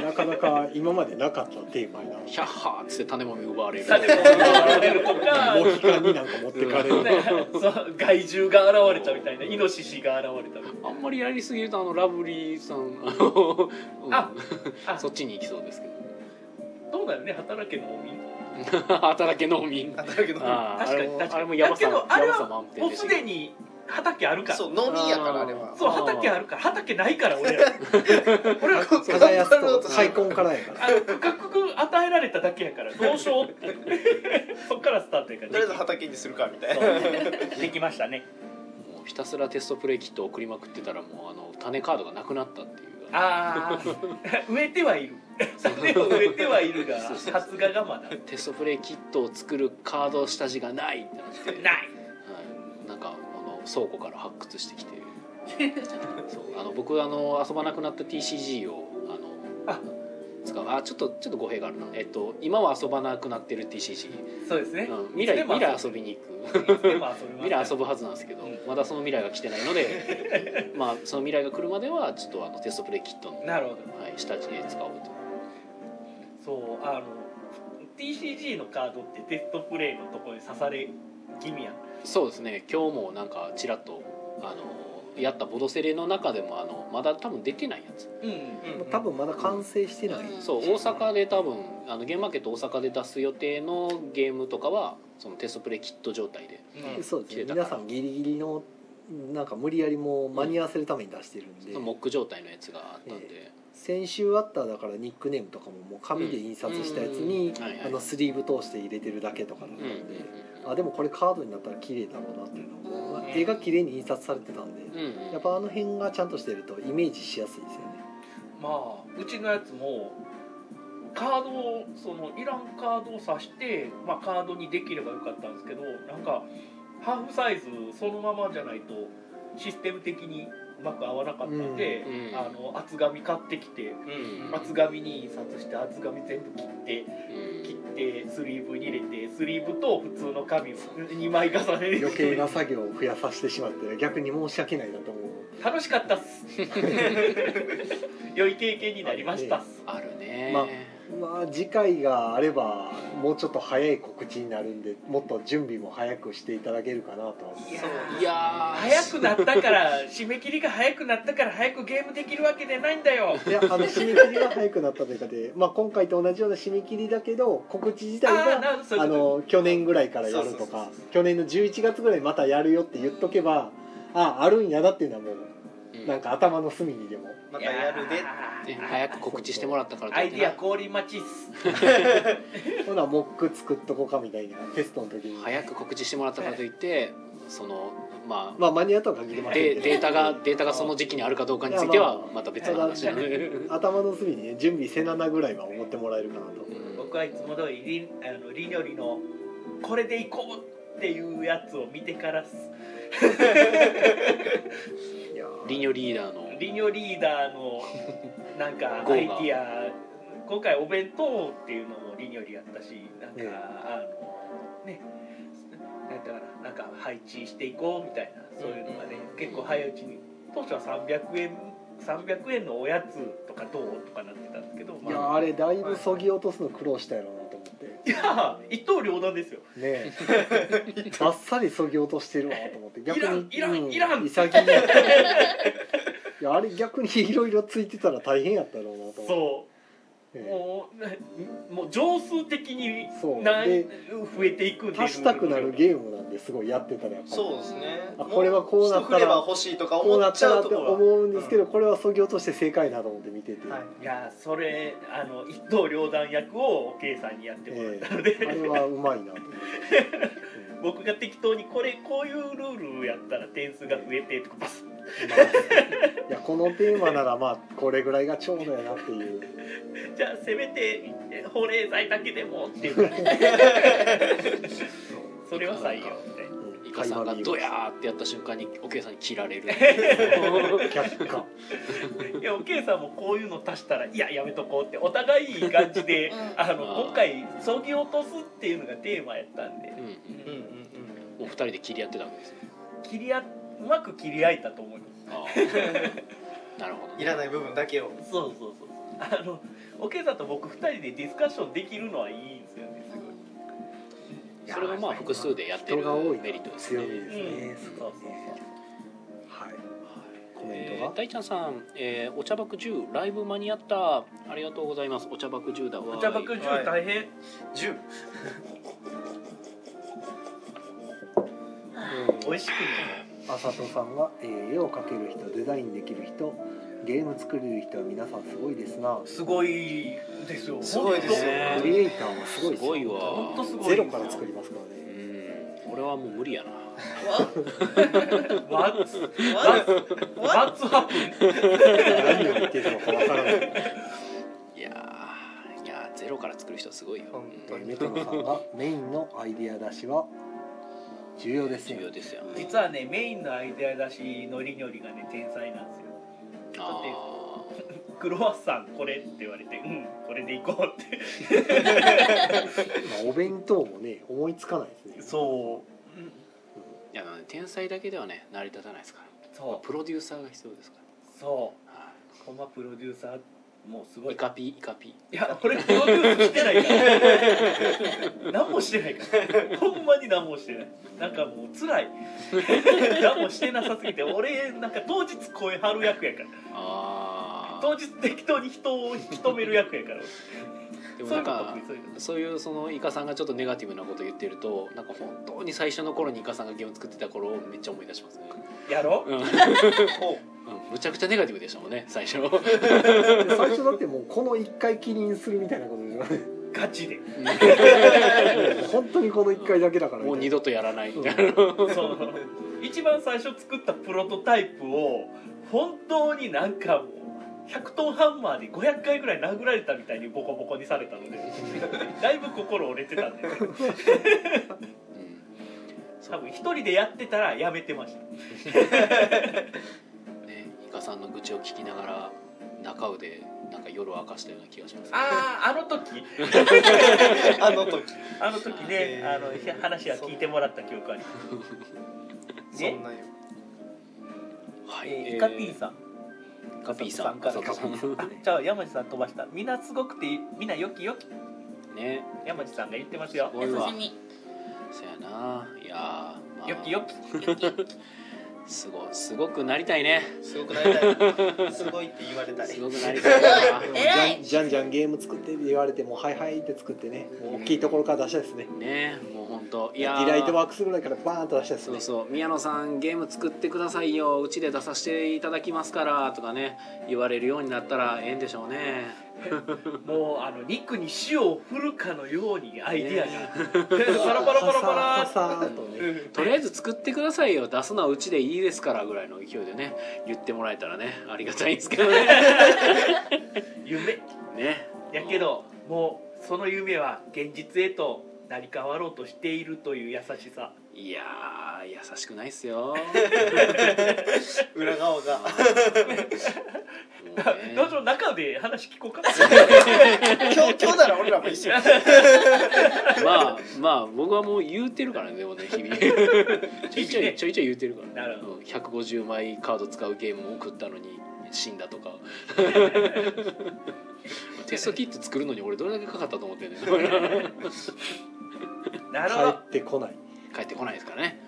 Speaker 2: なかなか今までなかったテーマやな
Speaker 1: 「ヒャッハー」っつって種もみ奪われる
Speaker 3: 種も奪われるとか
Speaker 2: モヒカンになんか持ってかれる
Speaker 3: ねそう害獣が現れたみたいなイノシシが現れたみたい
Speaker 1: あんまりやりすぎるとあのラブリーさんあの、うん
Speaker 3: あなあ
Speaker 1: そっちに行きそうですけど
Speaker 3: どうだよね働けのみ
Speaker 1: 働け農民
Speaker 4: 当たるけど
Speaker 1: あー
Speaker 3: 確か
Speaker 1: あれ
Speaker 3: に
Speaker 1: も
Speaker 3: 確かに
Speaker 1: あれも山さ
Speaker 3: だけどあれは
Speaker 1: 山さ満点
Speaker 3: もう
Speaker 1: ですし
Speaker 3: でに畑あるから
Speaker 4: そ
Speaker 3: そう
Speaker 4: う飲みやからあれは
Speaker 1: そう
Speaker 3: 畑あるから畑ないから俺ら俺ら
Speaker 2: 加賀安と開墾からやから
Speaker 3: あの区画与えられただけやからどうしようってそっからスタートやか
Speaker 4: とりあえず
Speaker 3: ら
Speaker 4: 畑にするかみたいな
Speaker 3: そうできましたね
Speaker 1: もうひたすらテストプレイキットを送りまくってたらもうあの種カードがなくなったっていう
Speaker 3: ああ 植えてはいる種を 植えてはいるが発芽がまだ
Speaker 1: テストプレイキットを作るカード下地がないってなって
Speaker 3: ない
Speaker 1: はい、なんかあの倉庫から発掘してき てそうあの僕あの遊ばなくなった TCG をあの
Speaker 3: あ
Speaker 1: 使うあちょっとちょっと語弊があるな、えっと、今は遊ばなくなってる TCG、
Speaker 3: そうですね
Speaker 1: うん、未来未来遊
Speaker 3: ぶ
Speaker 1: びに行 く
Speaker 3: でも遊びます
Speaker 1: 未来遊ぶはずなんですけど、
Speaker 3: うん
Speaker 1: まだその未来が来てないのでまあその未来が来るまではちょっとあのテストプレイキットの、は
Speaker 3: なるほど
Speaker 1: い、下地で使おうと
Speaker 3: そうあの TCG のカードってテストプレイのところに刺され気味やん
Speaker 1: そうですね今日もなんかちらっとあのやったボドセレの中でもあのまだ多分出てないやつ
Speaker 3: うん
Speaker 2: 多分まだ完成してない
Speaker 1: そう大阪で多分あのゲームマーケット大阪で出す予定のゲームとかはそのテストプレイキット状態で
Speaker 3: うん
Speaker 2: そうですね皆さんギリギリのなんか無理やりもう間に合わせるために出してるんで、
Speaker 1: そのモック状態のやつがあったんで、
Speaker 2: 先週あっただからニックネームとかももう紙で印刷したやつに
Speaker 1: うんはいはい
Speaker 2: あのスリーブ通して入れてるだけとかだった
Speaker 1: うんうん
Speaker 2: んであでもこれカードになったら綺麗だろうなっていうのも、まあ、絵が綺麗に印刷されてたんで
Speaker 1: うんうん
Speaker 2: やっぱあの辺がちゃんとしてるとイメージしやすいですよね
Speaker 3: まあうちのやつもカードをそのいらんカードを挿して、まあ、カードにできればよかったんですけどなんかハーフサイズそのままじゃないとシステム的にうまく合わなかったんで、
Speaker 1: うんうん
Speaker 3: あの厚紙買ってきて
Speaker 1: うん
Speaker 3: 厚紙に印刷して厚紙全部切って
Speaker 1: うん
Speaker 3: 切ってスリーブに入れてスリーブと普通の紙を2枚重ねて
Speaker 2: 余計な作業を増やさせてしまって逆に申し訳ないなと思う、
Speaker 3: 楽しかったっす 良い経験になりましたっす
Speaker 1: あるね、
Speaker 2: まあまあ、次回があればもうちょっと早い告知になるんでもっと準備も早くしていただけるかなと
Speaker 3: いや
Speaker 4: そう
Speaker 3: ー
Speaker 1: いやー
Speaker 3: 早くなったから締め切りが早くなったから早くゲームできるわけじゃないんだよ
Speaker 2: いやあの締め切りが早くなったというかで、まあ、今回と同じような締め切りだけど告知自体
Speaker 3: ああ
Speaker 2: が
Speaker 3: なるほどそうい
Speaker 2: あ
Speaker 3: うこ
Speaker 2: の去年ぐらいからやる
Speaker 4: そ
Speaker 2: と
Speaker 4: うそうそう
Speaker 2: か
Speaker 4: そう
Speaker 2: 去年の11月ぐらいまたやるよって言っとけばああるんやなっていうのはも
Speaker 1: うん
Speaker 2: うなんか頭の隅にでも
Speaker 4: ま
Speaker 3: と
Speaker 4: たやる
Speaker 3: い
Speaker 4: で
Speaker 3: やー
Speaker 1: ね早く告知してもらったから
Speaker 3: アイディア
Speaker 1: な
Speaker 3: 氷待ちっす
Speaker 2: ほなモック作っとこうかみたいなテストの時に
Speaker 1: 早く告知してもらったからといってそのま
Speaker 2: まあ間に合ったら限り
Speaker 1: あ
Speaker 2: ませんけ
Speaker 1: で
Speaker 2: ど
Speaker 1: データがデータがその時期にあるかどうかについて
Speaker 2: いや
Speaker 1: は
Speaker 2: まあ
Speaker 1: また別の話なので
Speaker 2: 頭の隅にね準備せななぐらいは思ってもらえるかなと
Speaker 3: 僕はいつも通りりあのりのりのこれでいこうっていうやつを見てからす
Speaker 2: いや
Speaker 1: リニョリーダーの
Speaker 3: りのリーダーのなん か
Speaker 1: 豪
Speaker 3: ア
Speaker 1: 華
Speaker 3: イディア今回お弁当っていうのもりのりやったしなんか、
Speaker 2: ええ
Speaker 3: あのねなんだからなんか配置していこうみたいなそういうのがね、結構早いうちに当初は300円300円のおやつとかどうとかなってたんですけど、
Speaker 2: いや
Speaker 3: まあ、
Speaker 2: あれだいぶそぎ落とすの苦労したやろうなと思ってね
Speaker 3: いや 一刀両断ですよ
Speaker 2: えあっさりそぎ落としてるわと思って逆に
Speaker 3: いらんいらん
Speaker 2: う
Speaker 3: いらん
Speaker 2: 潔いいやあれ逆にいろいろついてたら大変やったろうなと思って
Speaker 3: そう
Speaker 2: ええ
Speaker 3: もうなもう常数的に
Speaker 2: そう
Speaker 3: な
Speaker 2: で
Speaker 3: 増えていくんで
Speaker 2: 足したくなるゲームなんですごいやってたらやっぱり
Speaker 4: そうですね
Speaker 2: あこれはこうなっ
Speaker 4: も
Speaker 2: たら
Speaker 4: 一振れば欲しいとか
Speaker 2: こう
Speaker 4: 思
Speaker 2: な
Speaker 4: っ
Speaker 2: っ
Speaker 4: ち
Speaker 2: た
Speaker 4: ゃ
Speaker 2: ら
Speaker 4: う
Speaker 2: っ
Speaker 4: と
Speaker 2: て
Speaker 4: ころは
Speaker 2: 思うんですけど、これはそぎ落として正解だと思って見てて、
Speaker 4: はい
Speaker 3: いやそれあの一刀両断役を K さんにやってもらったので、
Speaker 2: あれはうまいなと思って。
Speaker 3: 僕が適当にこれこういうルールやったら点数が増えて とかパス
Speaker 2: いやこのテーマならまあこれぐらいがちょうどやなっていう
Speaker 3: じゃあせめて保冷剤だけでもって いう感じそれは採用みたいな
Speaker 2: うん
Speaker 1: イカさんが
Speaker 2: 垣間見える
Speaker 1: ドヤーってやった瞬間におけいさんに切ら れる
Speaker 2: 却下
Speaker 3: いや、おけいさんもこういうの足したら、いや、やめとこうって、お互いいい感じで
Speaker 5: うん、
Speaker 3: あの、
Speaker 1: まあ
Speaker 3: 今回、そぎ落とすっていうのがテーマやったんで
Speaker 1: う。んも
Speaker 4: うんうんうん
Speaker 1: う二人で切り合ってたわけですね
Speaker 3: 切りあ、うまく切り合えたと思いま
Speaker 1: あー なるほど
Speaker 4: いらない部分だけを
Speaker 3: す。そうそうそう。あの、おけいさんと僕二人でディスカッションできるのはいいんですよね。すご
Speaker 1: それがまあ複数でやってる
Speaker 2: 人が多い
Speaker 1: メリットです
Speaker 2: 強
Speaker 1: ね
Speaker 2: みです
Speaker 3: い。
Speaker 2: ね、
Speaker 3: うん、そうそうそう。
Speaker 2: はいコメント
Speaker 1: え
Speaker 2: が
Speaker 1: ー、大ちゃんさん、えーお茶爆十ライブ間に合ったありがとうございますお茶爆十だわ
Speaker 3: お茶爆中大変。
Speaker 4: 10
Speaker 3: 美
Speaker 2: えー
Speaker 3: 味しくね。
Speaker 2: あさとさんが、えー絵を描ける人デザインできる人ゲーム作れる人は皆さんすごいですな
Speaker 3: すごいですよ。
Speaker 4: すごいです
Speaker 1: ね
Speaker 2: クリエイターはすごいです
Speaker 1: すごいわ
Speaker 3: ほんとすごい
Speaker 2: ゼロから作りますから
Speaker 1: う
Speaker 2: ね
Speaker 1: ん俺はもう無理やな
Speaker 3: ワッツ、
Speaker 5: わ
Speaker 3: ワッツハプン。
Speaker 2: 何を言ってるのかわからない
Speaker 1: いやーいやーゼロから作る人はすごいよ
Speaker 4: 本当に
Speaker 2: メトロさんがメインのアイディア出しは重要です
Speaker 1: 重
Speaker 2: よ
Speaker 1: 要ですよ
Speaker 3: 実はね、メインのアイデア出し、のりにょりがね、天才なんですよ。
Speaker 1: あ
Speaker 3: クロワッサンこれって言われてうんこれでいこうって
Speaker 2: まあお弁当もね思いつかないですね
Speaker 3: そう、
Speaker 1: ーいやあのね天才だけではね成り立たないですから
Speaker 3: そ
Speaker 1: プロデューサーが必要ですか
Speaker 3: うそ
Speaker 1: ら、は
Speaker 3: うコマプロデューサーもうすご
Speaker 1: い、
Speaker 3: い
Speaker 1: イカピイカピ
Speaker 3: いや俺プロデュースしてないから何もしてないからほんまに何もしてないなんかもう辛い何もしてなさすぎて俺なんか当日声張る役やから
Speaker 1: あ
Speaker 3: 当日適当に人を引き止める役やから
Speaker 1: あでも
Speaker 3: 俺そ
Speaker 1: ないん
Speaker 3: ううの
Speaker 1: か
Speaker 3: 得意そうい
Speaker 1: そうい
Speaker 3: うの
Speaker 1: うそのイカさんがちょっとネガティブなこと言ってるとなんか本当に最初の頃にイカさんがゲーム作ってた頃をめっちゃ思い出しますね、
Speaker 3: やろ
Speaker 1: うん、うん
Speaker 4: ほ
Speaker 1: むちゃくちゃネガティブでしたもんね最初うん
Speaker 2: で最初だってもうこの一回起任するみたいなことでしょ
Speaker 3: ガチで
Speaker 2: 本当にこの1回だけだから
Speaker 1: もう二
Speaker 2: 度
Speaker 1: 度とやらないみたいな
Speaker 3: その一番最初作ったプロトタイプを本当になんかもう100トンハンマーで500回ぐらい殴られたみたいにボコボコにされたのでだいぶ心折れてたんで
Speaker 1: うん
Speaker 3: 多分一人でやってたらやめてました
Speaker 1: ねイカさんの愚痴を聞きながら中尾でなんか夜を明かしたような気がします
Speaker 3: あああの時
Speaker 4: うあの時
Speaker 3: あの時ね
Speaker 4: えー
Speaker 3: あのひ話は聞いてもらった記憶あります
Speaker 4: そ
Speaker 3: ね
Speaker 4: んなんよ
Speaker 1: はい、
Speaker 3: えーイカピーさん
Speaker 1: んカピーさん
Speaker 3: カ
Speaker 1: カ
Speaker 3: ピ
Speaker 1: ピ
Speaker 3: ー
Speaker 1: ー
Speaker 3: さ
Speaker 1: さ
Speaker 3: ん
Speaker 1: ん
Speaker 3: あじゃあ山地さん飛ばしたみんなすごくてみんなよきよき
Speaker 1: ね
Speaker 3: 山地さんが言ってますよ
Speaker 1: すご
Speaker 5: 優
Speaker 1: いわ
Speaker 5: しみ
Speaker 1: そやないやー、まあ
Speaker 3: よきよき
Speaker 1: すごすごくなりたいね
Speaker 4: すごくなりたいすごいって言われたい
Speaker 1: すごくなりたいな
Speaker 5: すご偉い
Speaker 2: じゃんじゃんゲーム作ってって言われてもはいはいって作ってねもう大きいところから出したいですね
Speaker 1: ねもう本当い
Speaker 2: デ
Speaker 1: やー
Speaker 2: ィライトワークスぐらいからバーンと出したいです
Speaker 1: そ
Speaker 2: ね
Speaker 1: うそう宮野さんゲーム作ってくださいようちで出させていただきますからとかね言われるようになったらええんでしょうね
Speaker 3: もうあの肉に塩を振るかのようにアイディアが、 パラパ
Speaker 2: パ
Speaker 3: ラパラパラ
Speaker 2: パサーっとね
Speaker 1: とりあえず作ってくださいよ出すのはうちでいいですからぐらいの勢いでね言ってもらえたらねありがたいんですけど ね
Speaker 3: 夢
Speaker 1: ね
Speaker 3: やけどもうその夢は現実へと成り変わろうとしているという優しさ
Speaker 1: いやー優しくないっす よも
Speaker 4: 裏側が
Speaker 1: う ね
Speaker 3: どうしよう中で話聞こうか
Speaker 4: 今日今日なら俺らも一緒
Speaker 1: まあまあ僕はもう言うてるからねでもね日 々ちょいちょいちょいちょい言うてるから、ね、
Speaker 3: なるほど
Speaker 1: うん150枚カード使うゲームを送ったのに死んだとか テストキット作るのに俺どれだけかかったと思ってんねん
Speaker 3: なるほ
Speaker 2: 帰
Speaker 3: ど
Speaker 2: ってこない
Speaker 1: 帰ってこないですからね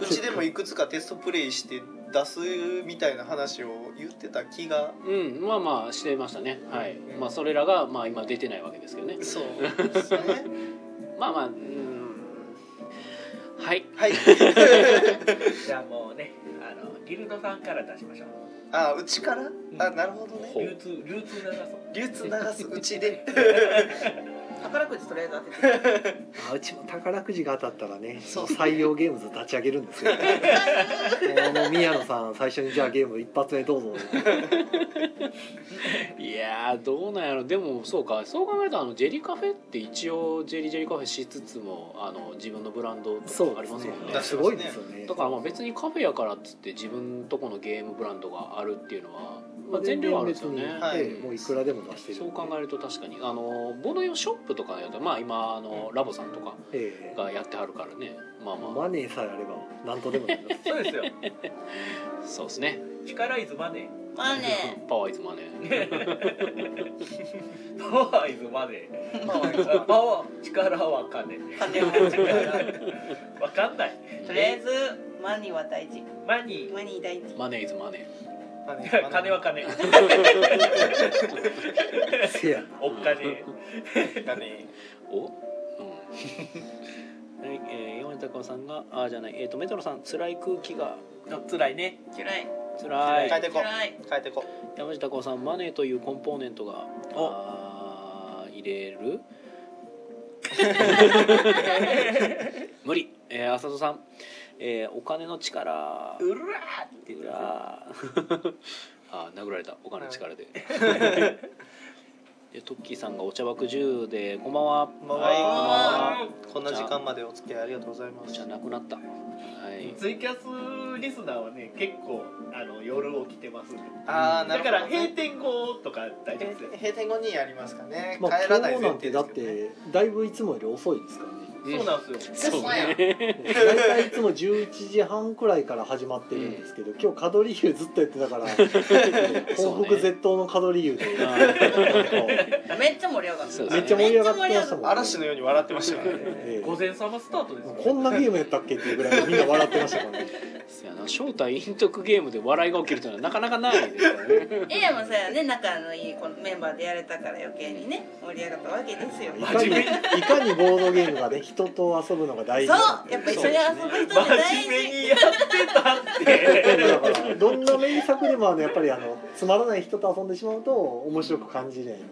Speaker 4: うちでもいくつかテストプレイして出すみたいな話を言ってた気が
Speaker 1: うんまあまあしてましたねはい、まあそれらがまあ今出てないわけですけどね
Speaker 4: そうですね
Speaker 1: まあまあうんはい
Speaker 4: はい
Speaker 3: じゃあもうねあのギルドさんから出しましょう
Speaker 4: あうちからあなるほどね
Speaker 1: ほう
Speaker 3: 流通流通流そう
Speaker 4: 流通流すうちで
Speaker 5: 宝くじとりあえず当てて
Speaker 2: あうちも宝くじが当たったらね
Speaker 4: そう
Speaker 2: もう採用ゲームズ立ち上げるんで すよもうもう宮野さん最初にじゃあゲーム一発目どうぞ
Speaker 1: いやーどうなんやろでもそうかそう考えたらあのジェリーカフェって一応ジェリージェリーカフェしつつもあの自分のブランドとかありますもんね
Speaker 4: そうです
Speaker 2: ごいですよね
Speaker 1: だからまあ別にカフェやからっつって自分とこのゲームブランドがあるっていうのは、まあ、全量あるんですよね、
Speaker 2: 全然別に
Speaker 4: はい
Speaker 2: ええもういくらでも出してる
Speaker 1: そう考えると確かにあのボード用ショップとかやったらまあ今あのラボさんとか
Speaker 2: ええ
Speaker 1: がやってはるからねまあま
Speaker 2: マネーさえあれば何とでもなります
Speaker 3: そうですよ
Speaker 1: あそうですね
Speaker 3: 力イズマネー
Speaker 5: まあね
Speaker 1: パワーイズマネー
Speaker 3: パワーイズマネ ーパワーイズマネーパワー力は金
Speaker 5: 金持ち
Speaker 3: わかんない
Speaker 5: とりあえずマニーは大事
Speaker 3: マニ
Speaker 5: マニー大事
Speaker 1: マネーイズマネー
Speaker 3: ー 金は金
Speaker 2: せや
Speaker 3: お金
Speaker 4: 金
Speaker 1: おうんはい、えー、山田孝さんがああじゃないえっ、とメトロさん辛い空気が
Speaker 3: の 辛いね
Speaker 5: 嫌い
Speaker 1: 辛い
Speaker 4: 変えてこ
Speaker 5: 辛い
Speaker 4: 変えてこ
Speaker 1: 山下孝さんマネーというコンポーネントが
Speaker 3: お
Speaker 1: あー入れ る無理、えー、浅戸さん、えーお金の力
Speaker 3: うらーって
Speaker 1: うらーあー殴られたお金の力で でトッキーさんがお茶枠10でこんばんは
Speaker 4: んばんは
Speaker 1: はい
Speaker 4: こんな時間までお付き合いありがとうございま
Speaker 1: お
Speaker 4: す
Speaker 1: 茶なくなったはい
Speaker 3: ツイキャスリスナーはね結構あの夜起きてますんで
Speaker 4: ああな
Speaker 3: だ
Speaker 4: る
Speaker 3: か
Speaker 4: ほ
Speaker 3: ら
Speaker 4: ど
Speaker 3: 閉
Speaker 4: ね
Speaker 3: 店後とか大丈夫ですよ
Speaker 4: 閉閉店後にやりますかね
Speaker 2: まあ
Speaker 4: 帰
Speaker 2: 今
Speaker 4: らない
Speaker 2: 日
Speaker 4: 前
Speaker 2: なんて
Speaker 4: 提
Speaker 2: だ
Speaker 4: で
Speaker 2: っ
Speaker 4: すけどね
Speaker 2: てだいぶいつもより遅いですからね
Speaker 1: うん
Speaker 3: そうなんですよ
Speaker 1: そうね
Speaker 2: 大体いつも11時半くらいから始まってるんですけど、今日カドリーユずっとやってたから報復絶倒のカドリーユで
Speaker 5: めっちゃ盛り上がった
Speaker 1: そう
Speaker 2: めっちゃ盛り上がってましたもん、
Speaker 4: 嵐のように笑ってましたからね
Speaker 2: ええ
Speaker 3: 午前様スタートですよ
Speaker 2: こんなゲームやったっけっていうぐらいみんな笑ってましたからね
Speaker 1: そうやな正体隠匿ゲームで笑いが起きるというのはなかなかないですからね
Speaker 5: ええもうそうやね仲のいいこのメンバーでやれたから余計にね盛り上がったわけですよ
Speaker 2: いかにいかにボードゲームがね人と遊ぶのが大事か
Speaker 5: そうやっぱ一緒に遊ぶ人っ
Speaker 3: 真
Speaker 5: て大事、
Speaker 3: 面目にやってたって
Speaker 2: だからどんな名作でもあのやっぱりあのつまらない人と遊んでしまうと面白く感じないんで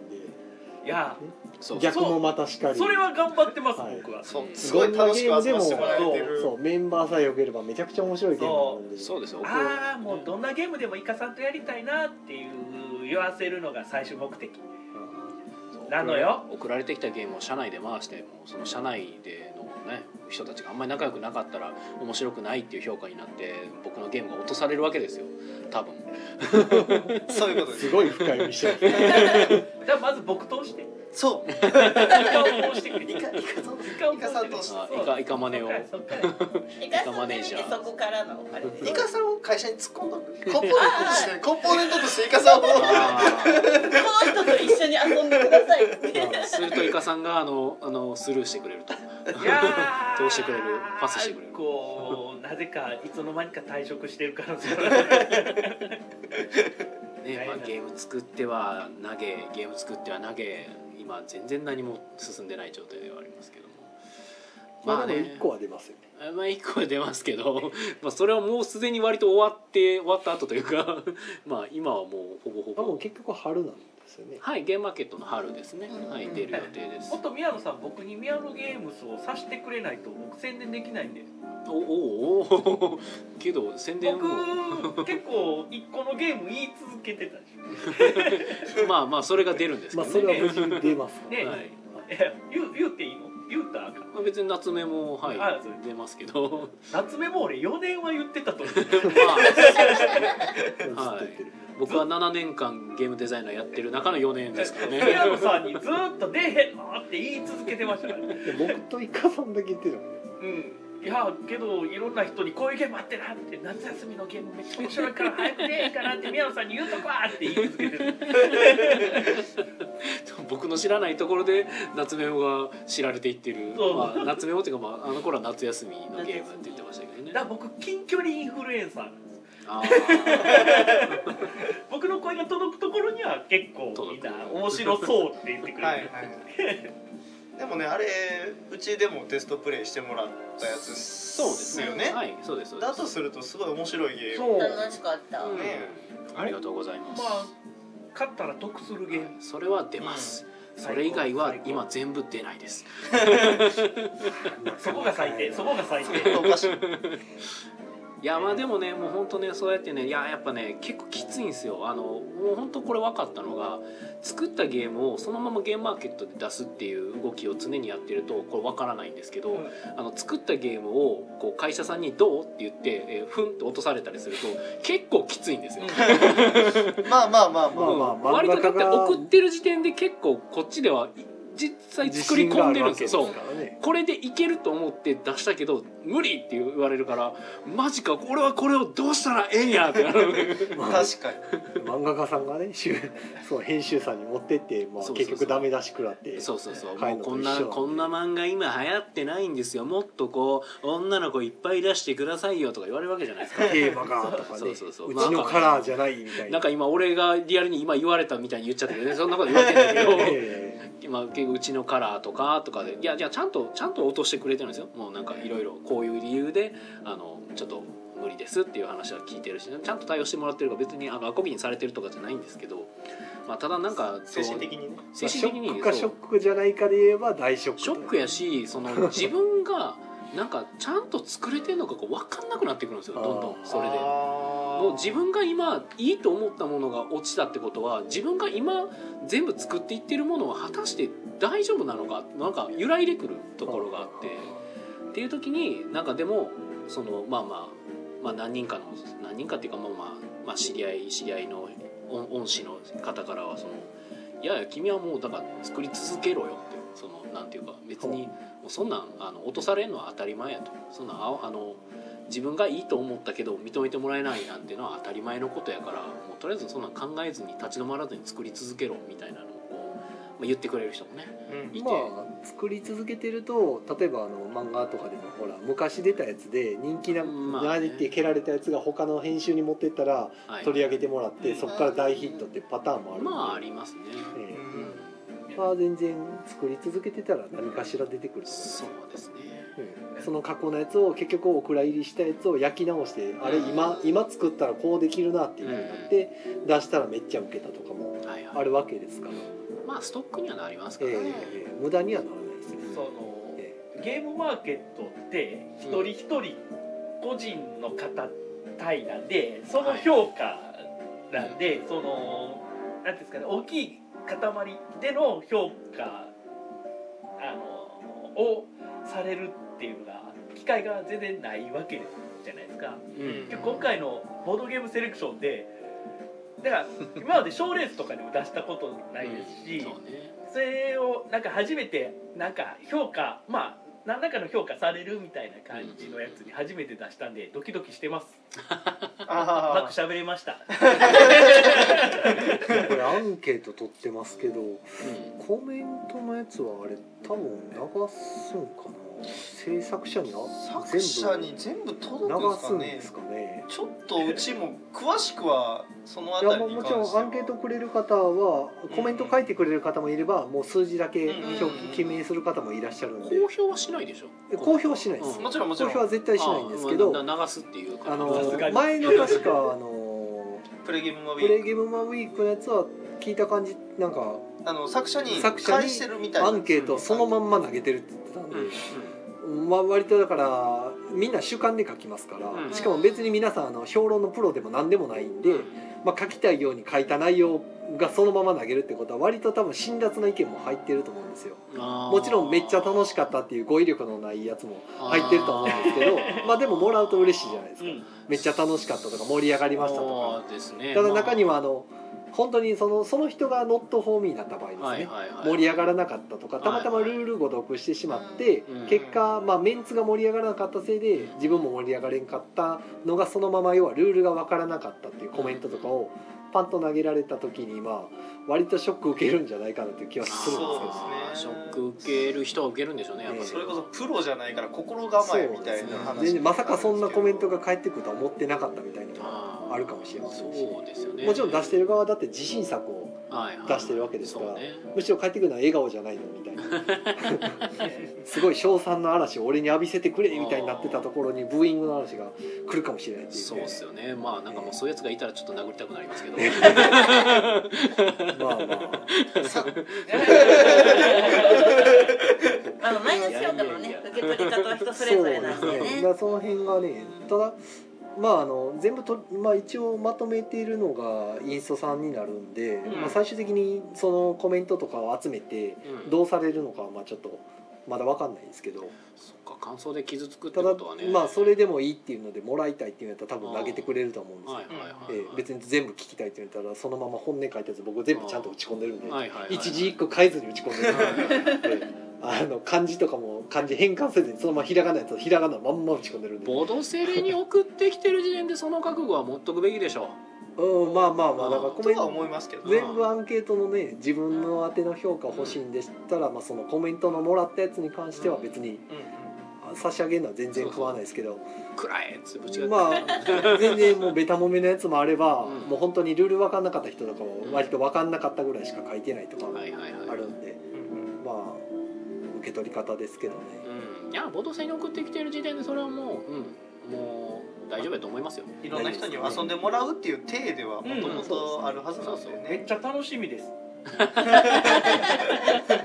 Speaker 3: いや
Speaker 1: そう
Speaker 2: 逆もまたしかり
Speaker 3: それは頑張ってます
Speaker 2: はい
Speaker 3: 僕は
Speaker 4: そう
Speaker 1: うん
Speaker 4: すごい楽しく遊ばせてもらえてる
Speaker 2: そうメンバーさえよければめちゃくちゃ面白いゲームなんで
Speaker 1: そうですよ
Speaker 3: ああもうどんなゲームでもイカさんとやりたいなっていう言わせるのが最終目的なのよ
Speaker 1: 送られてきたゲームを社内で回してもその社内でのね人たちがあんまり仲良くなかったら面白くないっていう評価になって僕のゲームが落とされるわけですよ多分
Speaker 4: そういうことです
Speaker 2: すごい深読みしてますね
Speaker 3: じゃあまず僕通してイ
Speaker 4: そう
Speaker 3: カを通してくれ
Speaker 4: イカイカそう
Speaker 3: イカを
Speaker 4: イカさん通して
Speaker 1: あイカイカマネを
Speaker 3: そっからそっから
Speaker 5: イカさんで見てそこからのあれで
Speaker 4: イカさんを会社に突っ込んどくコンポーネントとしてコンポーネントとしてイカさんを
Speaker 5: この人と一緒に遊んでくださいって
Speaker 1: するとイカさんがあのあのスルーしてくれると
Speaker 3: いや
Speaker 1: 通
Speaker 3: ー
Speaker 1: してくれるパスしてくれる
Speaker 3: こうなぜかいつの間にか退職してるから
Speaker 1: ね、まあ、ゲーム作っては投げゲーム作っては投げ今全然何も進んでない状態ではありますけども
Speaker 2: まあでも1個は出ますよね
Speaker 1: あまあ1個は出ますけど、 まあ、それはもうすでに割と終わって終わった後というか まあ今はもうほぼほ
Speaker 2: あも
Speaker 1: ぼ
Speaker 2: う結局春なんで
Speaker 4: ですよね。
Speaker 1: はいゲームマーケットの春ですね、
Speaker 5: うん
Speaker 1: はい
Speaker 4: うん
Speaker 1: 出る予定です
Speaker 3: もっと宮野さん僕に宮野ゲームスをさしてくれないと僕宣伝できないんで
Speaker 1: おおおおけど宣伝も
Speaker 3: 僕結構一個のゲーム言い続けてたでしょ
Speaker 1: まあまあそれが出るんです
Speaker 2: ま
Speaker 1: け
Speaker 2: あ
Speaker 1: ど
Speaker 2: そ
Speaker 1: ね、
Speaker 2: れは無事に出ますから、
Speaker 3: ね、
Speaker 1: はい
Speaker 3: いや言う言うていいの言うたらあかん
Speaker 1: まあ別に夏目もはい
Speaker 3: あそう
Speaker 1: 出ますけど
Speaker 3: 夏目も俺4年は言ってたと思う
Speaker 1: まあ
Speaker 2: ずっと言ってる、
Speaker 1: 僕は7年間ゲームデザイナーやってる中の4年です からね
Speaker 3: 宮野さんにずっと出へんのって言い続けてましたから
Speaker 2: で僕とイカさんだけ言ってるもんね
Speaker 3: うんいやけどいろんな人にこういうゲームあってなって夏休みのゲームめっちゃ面白いから早くねえかなって宮野さんに言うとこわって言い続けてる
Speaker 1: 僕の知らないところで夏目もが知られていってる、
Speaker 3: そう
Speaker 1: まあ、夏目もっていうか、まあ、あの頃は夏休みのゲームって言ってましたけどね
Speaker 3: だから僕近距離インフルエンサーなんです
Speaker 1: あー
Speaker 3: 僕の声が届くところには結構みんな
Speaker 1: 届く
Speaker 3: 面白そうって言ってくれる、
Speaker 4: はいはい。でもねあれうちでもテストプレイしてもらったやつです
Speaker 1: そうですね
Speaker 4: よね。
Speaker 1: はいそうですそうで
Speaker 4: だ
Speaker 1: す
Speaker 4: とするとすごい面白いゲーム。
Speaker 3: そう
Speaker 5: 楽しかった、
Speaker 1: うん
Speaker 4: ね
Speaker 1: ありがとうございます、
Speaker 3: まあ勝ったら得するゲーム
Speaker 1: それは出ます、それ以外は今全部出ないです
Speaker 3: そこが最低そこが最 低
Speaker 4: おかしい。
Speaker 1: いやまあでもねもう本当ねそうやってねいややっぱね結構きついんですよあのもう本当これ分かったのが作ったゲームをそのままゲームマーケットで出すっていう動きを常にやってるとこれ分からないんですけど、
Speaker 3: うん
Speaker 1: あの作ったゲームをこう会社さんに「どう?」って言って、えーふんって落とされたりすると結構きついんですよ。
Speaker 4: まあまあまあま
Speaker 2: ま
Speaker 4: あ。
Speaker 2: あまあ
Speaker 1: うん割とだって
Speaker 2: 漫画家が
Speaker 1: 送ってる時点で結構こっちではい実際作り込んでるんですよ。そう
Speaker 2: からね
Speaker 1: これでいけると思って出したけど無理って言われるからマジか俺はこれをどうしたらええんやってなる
Speaker 4: 確 かに。
Speaker 2: 漫画家さん がねしゅそう編集さんに持ってって、まあ、
Speaker 1: そうそうそう
Speaker 2: 結局ダメ出し食らって
Speaker 1: そうそうそう
Speaker 2: 帰
Speaker 1: もう
Speaker 2: るの
Speaker 1: ことん
Speaker 2: 一
Speaker 1: な
Speaker 2: 緒
Speaker 1: こんな漫画今流行ってないんですよもっとこう女の子いっぱい出してくださいよとか言われるわけじゃないですか
Speaker 2: テーマがとかね
Speaker 1: そうそうそう
Speaker 2: ちのカラーじゃないみたいな
Speaker 1: なんか今俺がリアルに今言われたみたいに言っちゃったけ どねそんなこと言われてないけど
Speaker 2: ええ
Speaker 1: 今結構うちのカラーとかとかでいやいやちゃんとちゃんと落としてくれてるんですよもうなんかいろいろこういう理由であのちょっと無理ですっていう話は聞いてるしちゃんと対応してもらってるから別にあがこぎにされてるとかじゃないんですけど、まあ、ただなんかそ
Speaker 4: 精
Speaker 1: う
Speaker 4: 神的にね。
Speaker 1: 精神的
Speaker 2: ショッ
Speaker 1: に
Speaker 2: クかシ
Speaker 1: そ
Speaker 2: ョ
Speaker 1: う
Speaker 2: ックじゃないかで言えば大ショック
Speaker 1: ショックやし その自分がなんかちゃんと作れてるのかこう分かんなくなってくるんですよどんどんそれで。も
Speaker 4: も
Speaker 1: う自分が今いいと思ったものが落ちたってことは自分が今全部作っていってるものは果たして大丈夫なのかなんか揺らいでくるところがあってっていう時になんかでもそのまあまあまあ何人かの何人かっていうかまあまあまあ知り合い知り合いの恩恩師の方からはその「いやいや君はもうだから作り続けろよ」ってそのなんていうか別にもうそんなんあの落とされるのは当たり前やとそんなんああの自分がいいと思ったけど認めてもらえないなんてのは当たり前のことやからもうとりあえずそんなん考えずに立ち止まらずに作り続けろみたいなのをこう、まあ、言ってくれる人もねいて、
Speaker 2: まあ作り続けてると例えばあの漫画とかでもほら昔出たやつで人気な、
Speaker 1: まあね
Speaker 2: なって蹴られたやつが他の編集に持ってったら
Speaker 1: はい、
Speaker 2: 取り上げてもらって、
Speaker 4: うん
Speaker 2: そこから大ヒットってパターンもあるんで
Speaker 1: まあありますね、
Speaker 2: ええ
Speaker 1: うん
Speaker 2: まあ全然作り続けてたら何かしら出てくると
Speaker 1: そうですね
Speaker 2: 思う、うん、その過去のやつを結局お蔵入りしたやつを焼き直してあれ
Speaker 1: うん
Speaker 2: 今今作ったらこうできるなっていうのになって出したらめっちゃウケたとかも
Speaker 1: はいはい
Speaker 2: あるわけですから、
Speaker 1: まあストックにはなります
Speaker 2: え
Speaker 1: から
Speaker 2: え
Speaker 1: ね、
Speaker 2: ええ無駄にはならないですね、
Speaker 3: その
Speaker 2: え
Speaker 3: ゲームマーケットって一人一人個人の方対なんでその評価なんで、そのなんていうんですかね大きい塊での評価あのをされるっていうのが機会が全然ないわけじゃないですか。
Speaker 1: うん
Speaker 3: で今回のボードゲームセレクションでだから今まで賞レースとかにも出したことないですし、
Speaker 1: うんそうね
Speaker 3: それをなんか初めてなんか評価まあ何らかの評価されるみたいな感じのやつに初めて出したんでドキドキしてますうま
Speaker 4: あ
Speaker 3: く喋れました
Speaker 2: えこれアンケート取ってますけど
Speaker 1: うん
Speaker 2: コメントのやつはあれ多分流すんかな制作者にあ
Speaker 4: あ。作者に全部
Speaker 2: 全
Speaker 4: 届く
Speaker 2: 部流すん
Speaker 4: ん
Speaker 2: で
Speaker 4: です
Speaker 2: す
Speaker 4: かね。
Speaker 2: かね
Speaker 4: ちょっとうちも詳しくはそのあ
Speaker 2: いや
Speaker 4: たり
Speaker 2: もう
Speaker 4: に
Speaker 2: も
Speaker 4: 関
Speaker 2: ち
Speaker 4: しては。
Speaker 2: ろんアンケートくれる方はコメント書いてくれる方もいればもう数字だけ表記記名する方もいらっしゃるんで
Speaker 1: 公表はしないでしょ
Speaker 2: え公表はしないです
Speaker 1: うん
Speaker 4: もちろんもち
Speaker 2: 公
Speaker 4: ろん
Speaker 2: 表は絶対しないんですけ
Speaker 1: あ
Speaker 2: ど
Speaker 1: な流すっていうから
Speaker 2: あ
Speaker 3: さすが
Speaker 2: の
Speaker 3: に
Speaker 2: 前の確かあの
Speaker 4: プレゲームマ
Speaker 2: プ
Speaker 4: ビ
Speaker 2: レイ
Speaker 4: ー
Speaker 2: ゲームマンウィークのやつは聞いた感じなんか
Speaker 4: あの作者に
Speaker 2: 作者に
Speaker 4: 返してるみたいな
Speaker 2: アンケートそのまんま投げてるって言ってたんで、まあ、割とだからみんな主観で書きますから、
Speaker 1: うん
Speaker 2: しかも別に皆さんあの評論のプロでも何でもないんで、まあ、書きたいように書いた内容がそのまま投げるってことは割と多分辛辣な意見も入ってると思うんですよ。も
Speaker 1: も
Speaker 2: ちろんめっちゃ楽しかったっていう語彙力のないやつも入ってるとは思うんですけどまあでももらうと嬉しいじゃないですか、めっちゃ楽しかったとか盛り上がりましたと
Speaker 1: そうですね
Speaker 2: かただ中に
Speaker 1: ま
Speaker 2: はあの本当にそのその人がノットフォーミーになった場合ですね、
Speaker 1: あはいはいはい
Speaker 2: 盛り上がらなかったとかたまたまルールごとくしてしまって、
Speaker 1: うん
Speaker 2: 結果、まあ、メンツが盛り上がらなかったせいで自分も盛り上がれんかったのがそのまま要はルールが分からなかったっていうコメントとかをパンと投げられた時にまあ割とショック受けるんじゃないかなっていう気はするんですけど
Speaker 4: そうで
Speaker 1: シ
Speaker 4: すね
Speaker 1: ョック受ける人は受けるんでしょうねやっぱ
Speaker 2: ええ
Speaker 4: それこそプロじゃないから心構えみたいな話
Speaker 2: 全然まさかそんなコメントが返ってくるとは思ってなかったみたいなのが
Speaker 1: あー
Speaker 2: あるかもしれませんし、
Speaker 1: そうですよね
Speaker 2: もちろん出してる側だって自信作を
Speaker 1: はいはい
Speaker 2: 出してるわけですから
Speaker 1: そうね
Speaker 2: むしろ返ってくるのは笑顔じゃないのみたいな すごい称賛の嵐を俺に浴びせてくれみたいになってたところにブーイングの嵐が来るかもしれないっていう
Speaker 1: そうっ
Speaker 2: ね
Speaker 1: すよねまあなんかもうそういうやつがいたらちょっと殴りたくなりますけど
Speaker 2: まあまあ
Speaker 5: あのマイナス評価の
Speaker 1: いやいや
Speaker 5: ね
Speaker 1: いや
Speaker 5: 受け取り方は人それぞれなんで
Speaker 2: そうです
Speaker 5: ね
Speaker 2: ねだからその辺がねただまああの全部と、まあ、一応まとめているのがインストさんになるんで、
Speaker 4: ん
Speaker 2: まあ、最終的にそのコメントとかを集めて
Speaker 1: うん
Speaker 2: どうされるのかはまあちょっとまだわかんないですけど
Speaker 1: そっか感想で傷つくって
Speaker 2: た
Speaker 1: こ
Speaker 2: だ、
Speaker 1: とはね
Speaker 2: まあそれでもいいっていうのでもらいたいっていうのやったら多分投げてくれると思うんですよ、
Speaker 1: はいはいはいはい、
Speaker 2: ええ別に全部聞きたいって言ったらそのまま本音書いたやつ僕全部ちゃんと打ち込んでるんで、
Speaker 1: はいはいはい
Speaker 2: 一字一句変えずに打ち込んでるんであの漢字とかも漢字変換せずにそのままひらがなやつをひらがなまんま打ち込んでるんで、
Speaker 1: ボドセレに送ってきてる時点でその覚悟は持っとくべきでしょ
Speaker 2: うん、まあまあまあだからコ
Speaker 4: と
Speaker 2: メン
Speaker 4: は
Speaker 2: ト
Speaker 4: 思いますけどね
Speaker 2: 全部アンケートのね自分の宛ての評価欲しいんでしたら、まあ、そのコメントのもらったやつに関しては別に
Speaker 4: うん
Speaker 2: 差し上げるのは全然食わないですけど
Speaker 1: くらえっつぶちが
Speaker 2: まあ全然もうベタもめのやつもあれば、
Speaker 1: うん
Speaker 2: もう本当にルール分かんなかった人とかを割と分かんなかったぐらいしか書いてないとか
Speaker 1: はいはいはい
Speaker 2: あるんで、
Speaker 4: うんうん
Speaker 2: まあ受け取り方ですけどね、
Speaker 1: うんいやボドセレに送ってきてる時点でそれはもう、うん、もう大丈夫だと思いますよ
Speaker 4: いろんな人に遊んでもらうっていう体ではもともとあるはずなんですよ
Speaker 3: めっ
Speaker 4: ね
Speaker 3: ちゃ楽しみです
Speaker 2: ま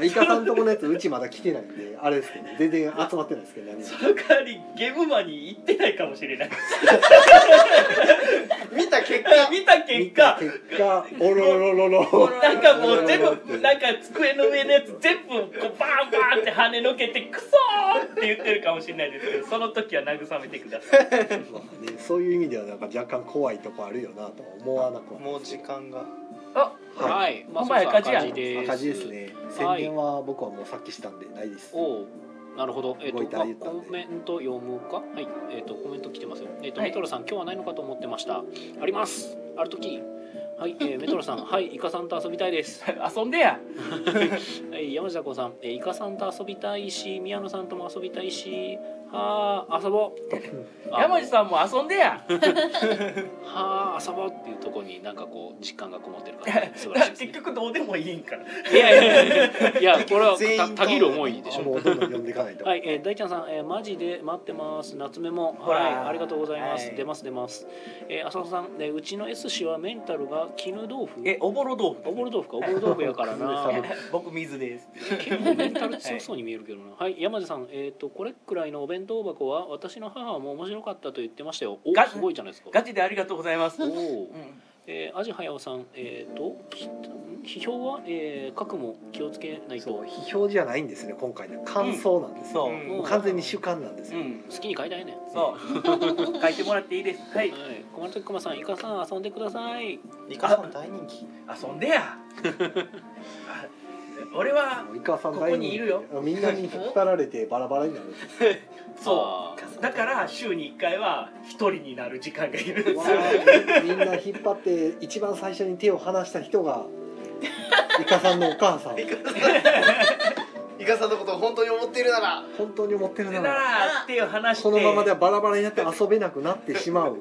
Speaker 2: あ、イカさんとこのやつうちまだ来てないんであれですけど、ね、全然集まってないですけど何も
Speaker 3: その代わりゲームマンに行ってないかもし れない
Speaker 4: 見た結果
Speaker 3: 見た結果
Speaker 2: 結果おろろろろ
Speaker 3: なんかもう全部なんか机の上のやつ全部こうバーンバーンって跳ねのけてクソーって言ってるかもしれないですけどその時は慰めてください
Speaker 2: まあね、そういう意味ではなんか若干怖いとこあるよなとは思わなくは
Speaker 4: もう時間が
Speaker 3: あ
Speaker 2: は
Speaker 1: はい、まあ、
Speaker 3: ほん
Speaker 1: そ
Speaker 3: ま
Speaker 1: う
Speaker 3: や
Speaker 1: そう
Speaker 3: 赤字や
Speaker 1: 赤字です
Speaker 2: 赤字ですね宣伝は僕はもうさっきしたんでないです
Speaker 1: おうなるほど、えっ
Speaker 2: 動
Speaker 1: と
Speaker 2: いた
Speaker 1: まあ、
Speaker 2: 言ったん
Speaker 1: コ
Speaker 2: で
Speaker 1: メント読むかはいえっ、とコメント来てますよえっ、と、
Speaker 3: はい
Speaker 1: メトロさん今日はないのかと思ってましたありますある時はい、えー、メトロさんはいイカさんと遊びたいです、
Speaker 3: 遊んでや
Speaker 1: はい、山下子さん、えー、イカさんと遊びたいし宮野さんとも遊びたいしはあ遊ぼ う
Speaker 3: 山地さんも遊んで や
Speaker 1: んはあ遊ぼうっていうところになんかこう実感がこもってるから素晴らしいです、
Speaker 3: 結
Speaker 1: ね、
Speaker 3: 局どうでもいいんから
Speaker 1: いやいやいやいやいやこれは
Speaker 4: 全員と
Speaker 1: たたぎる思いでしょ
Speaker 2: もうどんどん呼んでいかないと、
Speaker 1: はい、えー、大ちゃんさん、えー、マジで待ってます。夏目も、
Speaker 3: ほら
Speaker 1: はい、ありがとうございます。
Speaker 3: はい
Speaker 1: 出ます出ます。えー、浅野さん、えー、うちの S 氏はメンタルが絹豆腐。
Speaker 3: えおぼろ豆腐
Speaker 1: おぼろ豆腐か、おぼろ豆腐やから な。
Speaker 3: 僕水です
Speaker 1: 結構 メンタル強そうに見えるけどな。はい、山地さん、えっ、と、これくらいのお弁当箱は、私の母も面白かったと言ってましたよ。お、
Speaker 3: ガ
Speaker 1: すごいじゃないですか。
Speaker 3: ガチでありがとうございます
Speaker 1: お
Speaker 3: うん
Speaker 1: お。えー、アジハヤオさん、えっ、と、きん批評は、えー、書くも気をつけない
Speaker 2: そう
Speaker 1: と。
Speaker 2: 批評じゃないんですね今回ね感想なんですよ、
Speaker 3: そう
Speaker 4: うん
Speaker 2: もう完全に主観なんです
Speaker 3: う
Speaker 2: よ、
Speaker 3: ん
Speaker 1: 好きに書いたいね。
Speaker 3: そう 書いてもらっていいですはい
Speaker 1: はい、小丸時駒さん、イカさん、遊んでください。
Speaker 4: イカさん大人気
Speaker 3: 遊んでやあ 俺は
Speaker 2: もうイカさん
Speaker 3: ここにいるよ
Speaker 2: みんなに引っ張られてバラバラになる
Speaker 3: そ
Speaker 1: あー
Speaker 3: うだから週に1回は1人になる時間がいるんです
Speaker 2: わ
Speaker 3: よ
Speaker 2: あみんな引っ張って一番最初に手を離した人がイカさんのお母さん
Speaker 4: イカさんのことを本当に思っているなら
Speaker 2: 本当に思ってる
Speaker 3: そ
Speaker 2: な
Speaker 3: れな
Speaker 2: ら
Speaker 3: ら手を離して
Speaker 2: このままではバラバラになって遊べなくなってしまう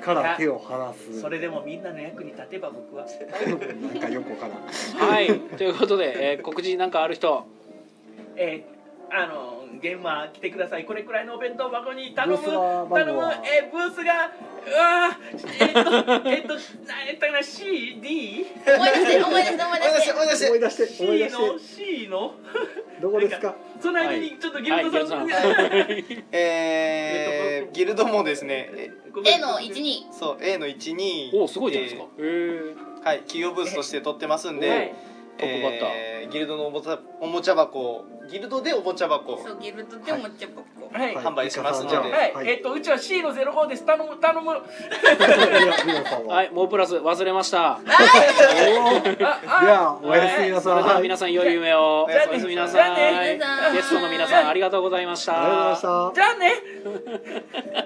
Speaker 2: から手を離す
Speaker 3: それでもみんなの役に立てば僕は
Speaker 2: なんかよくわからん
Speaker 1: はい、ということで、えー告知なんかある人。
Speaker 3: えーあの現場来てくださいこれくらいのお弁当箱に頼む
Speaker 2: ブースは番
Speaker 3: 頼
Speaker 2: 号
Speaker 3: む
Speaker 2: は
Speaker 3: えブースがうわ ーえっとえっとなえっとな CD
Speaker 5: 思い出して思い出して思い出
Speaker 4: 思い出し
Speaker 5: して
Speaker 4: て思い出
Speaker 2: 思
Speaker 4: し
Speaker 2: い
Speaker 3: C の
Speaker 2: 出して思い出して
Speaker 3: C の
Speaker 2: どこですか
Speaker 3: その間にちょっとギ
Speaker 1: はい
Speaker 3: ルドさん、
Speaker 1: ギルド
Speaker 4: てえーギルドもですねえ
Speaker 3: ごめん
Speaker 5: A の一二
Speaker 4: そう A の1 2
Speaker 1: おおすごいじゃないですか、へえ
Speaker 4: はい企業ブースとして取ってますんで、
Speaker 3: はい
Speaker 1: トップバッター
Speaker 4: えーギルドのおもちゃおもちゃ箱ギルドでおもちゃ箱
Speaker 5: そうギルドでもちゃばっこ
Speaker 3: はい
Speaker 4: 販売しますので
Speaker 2: は
Speaker 3: はいい、えっとうちは C の05です頼む頼む
Speaker 2: 皆さんは
Speaker 1: はいい、もうプラス忘れました。
Speaker 3: あ
Speaker 2: ではおやすみな
Speaker 1: それで
Speaker 2: さ
Speaker 1: はい皆さん良い夢を。お
Speaker 4: じゃあ
Speaker 1: や
Speaker 4: ね
Speaker 1: すみな
Speaker 3: じゃあ
Speaker 1: さい。
Speaker 5: ね
Speaker 1: ゲストの皆さんありがとうございました。
Speaker 2: ありがとうございました
Speaker 3: じゃあね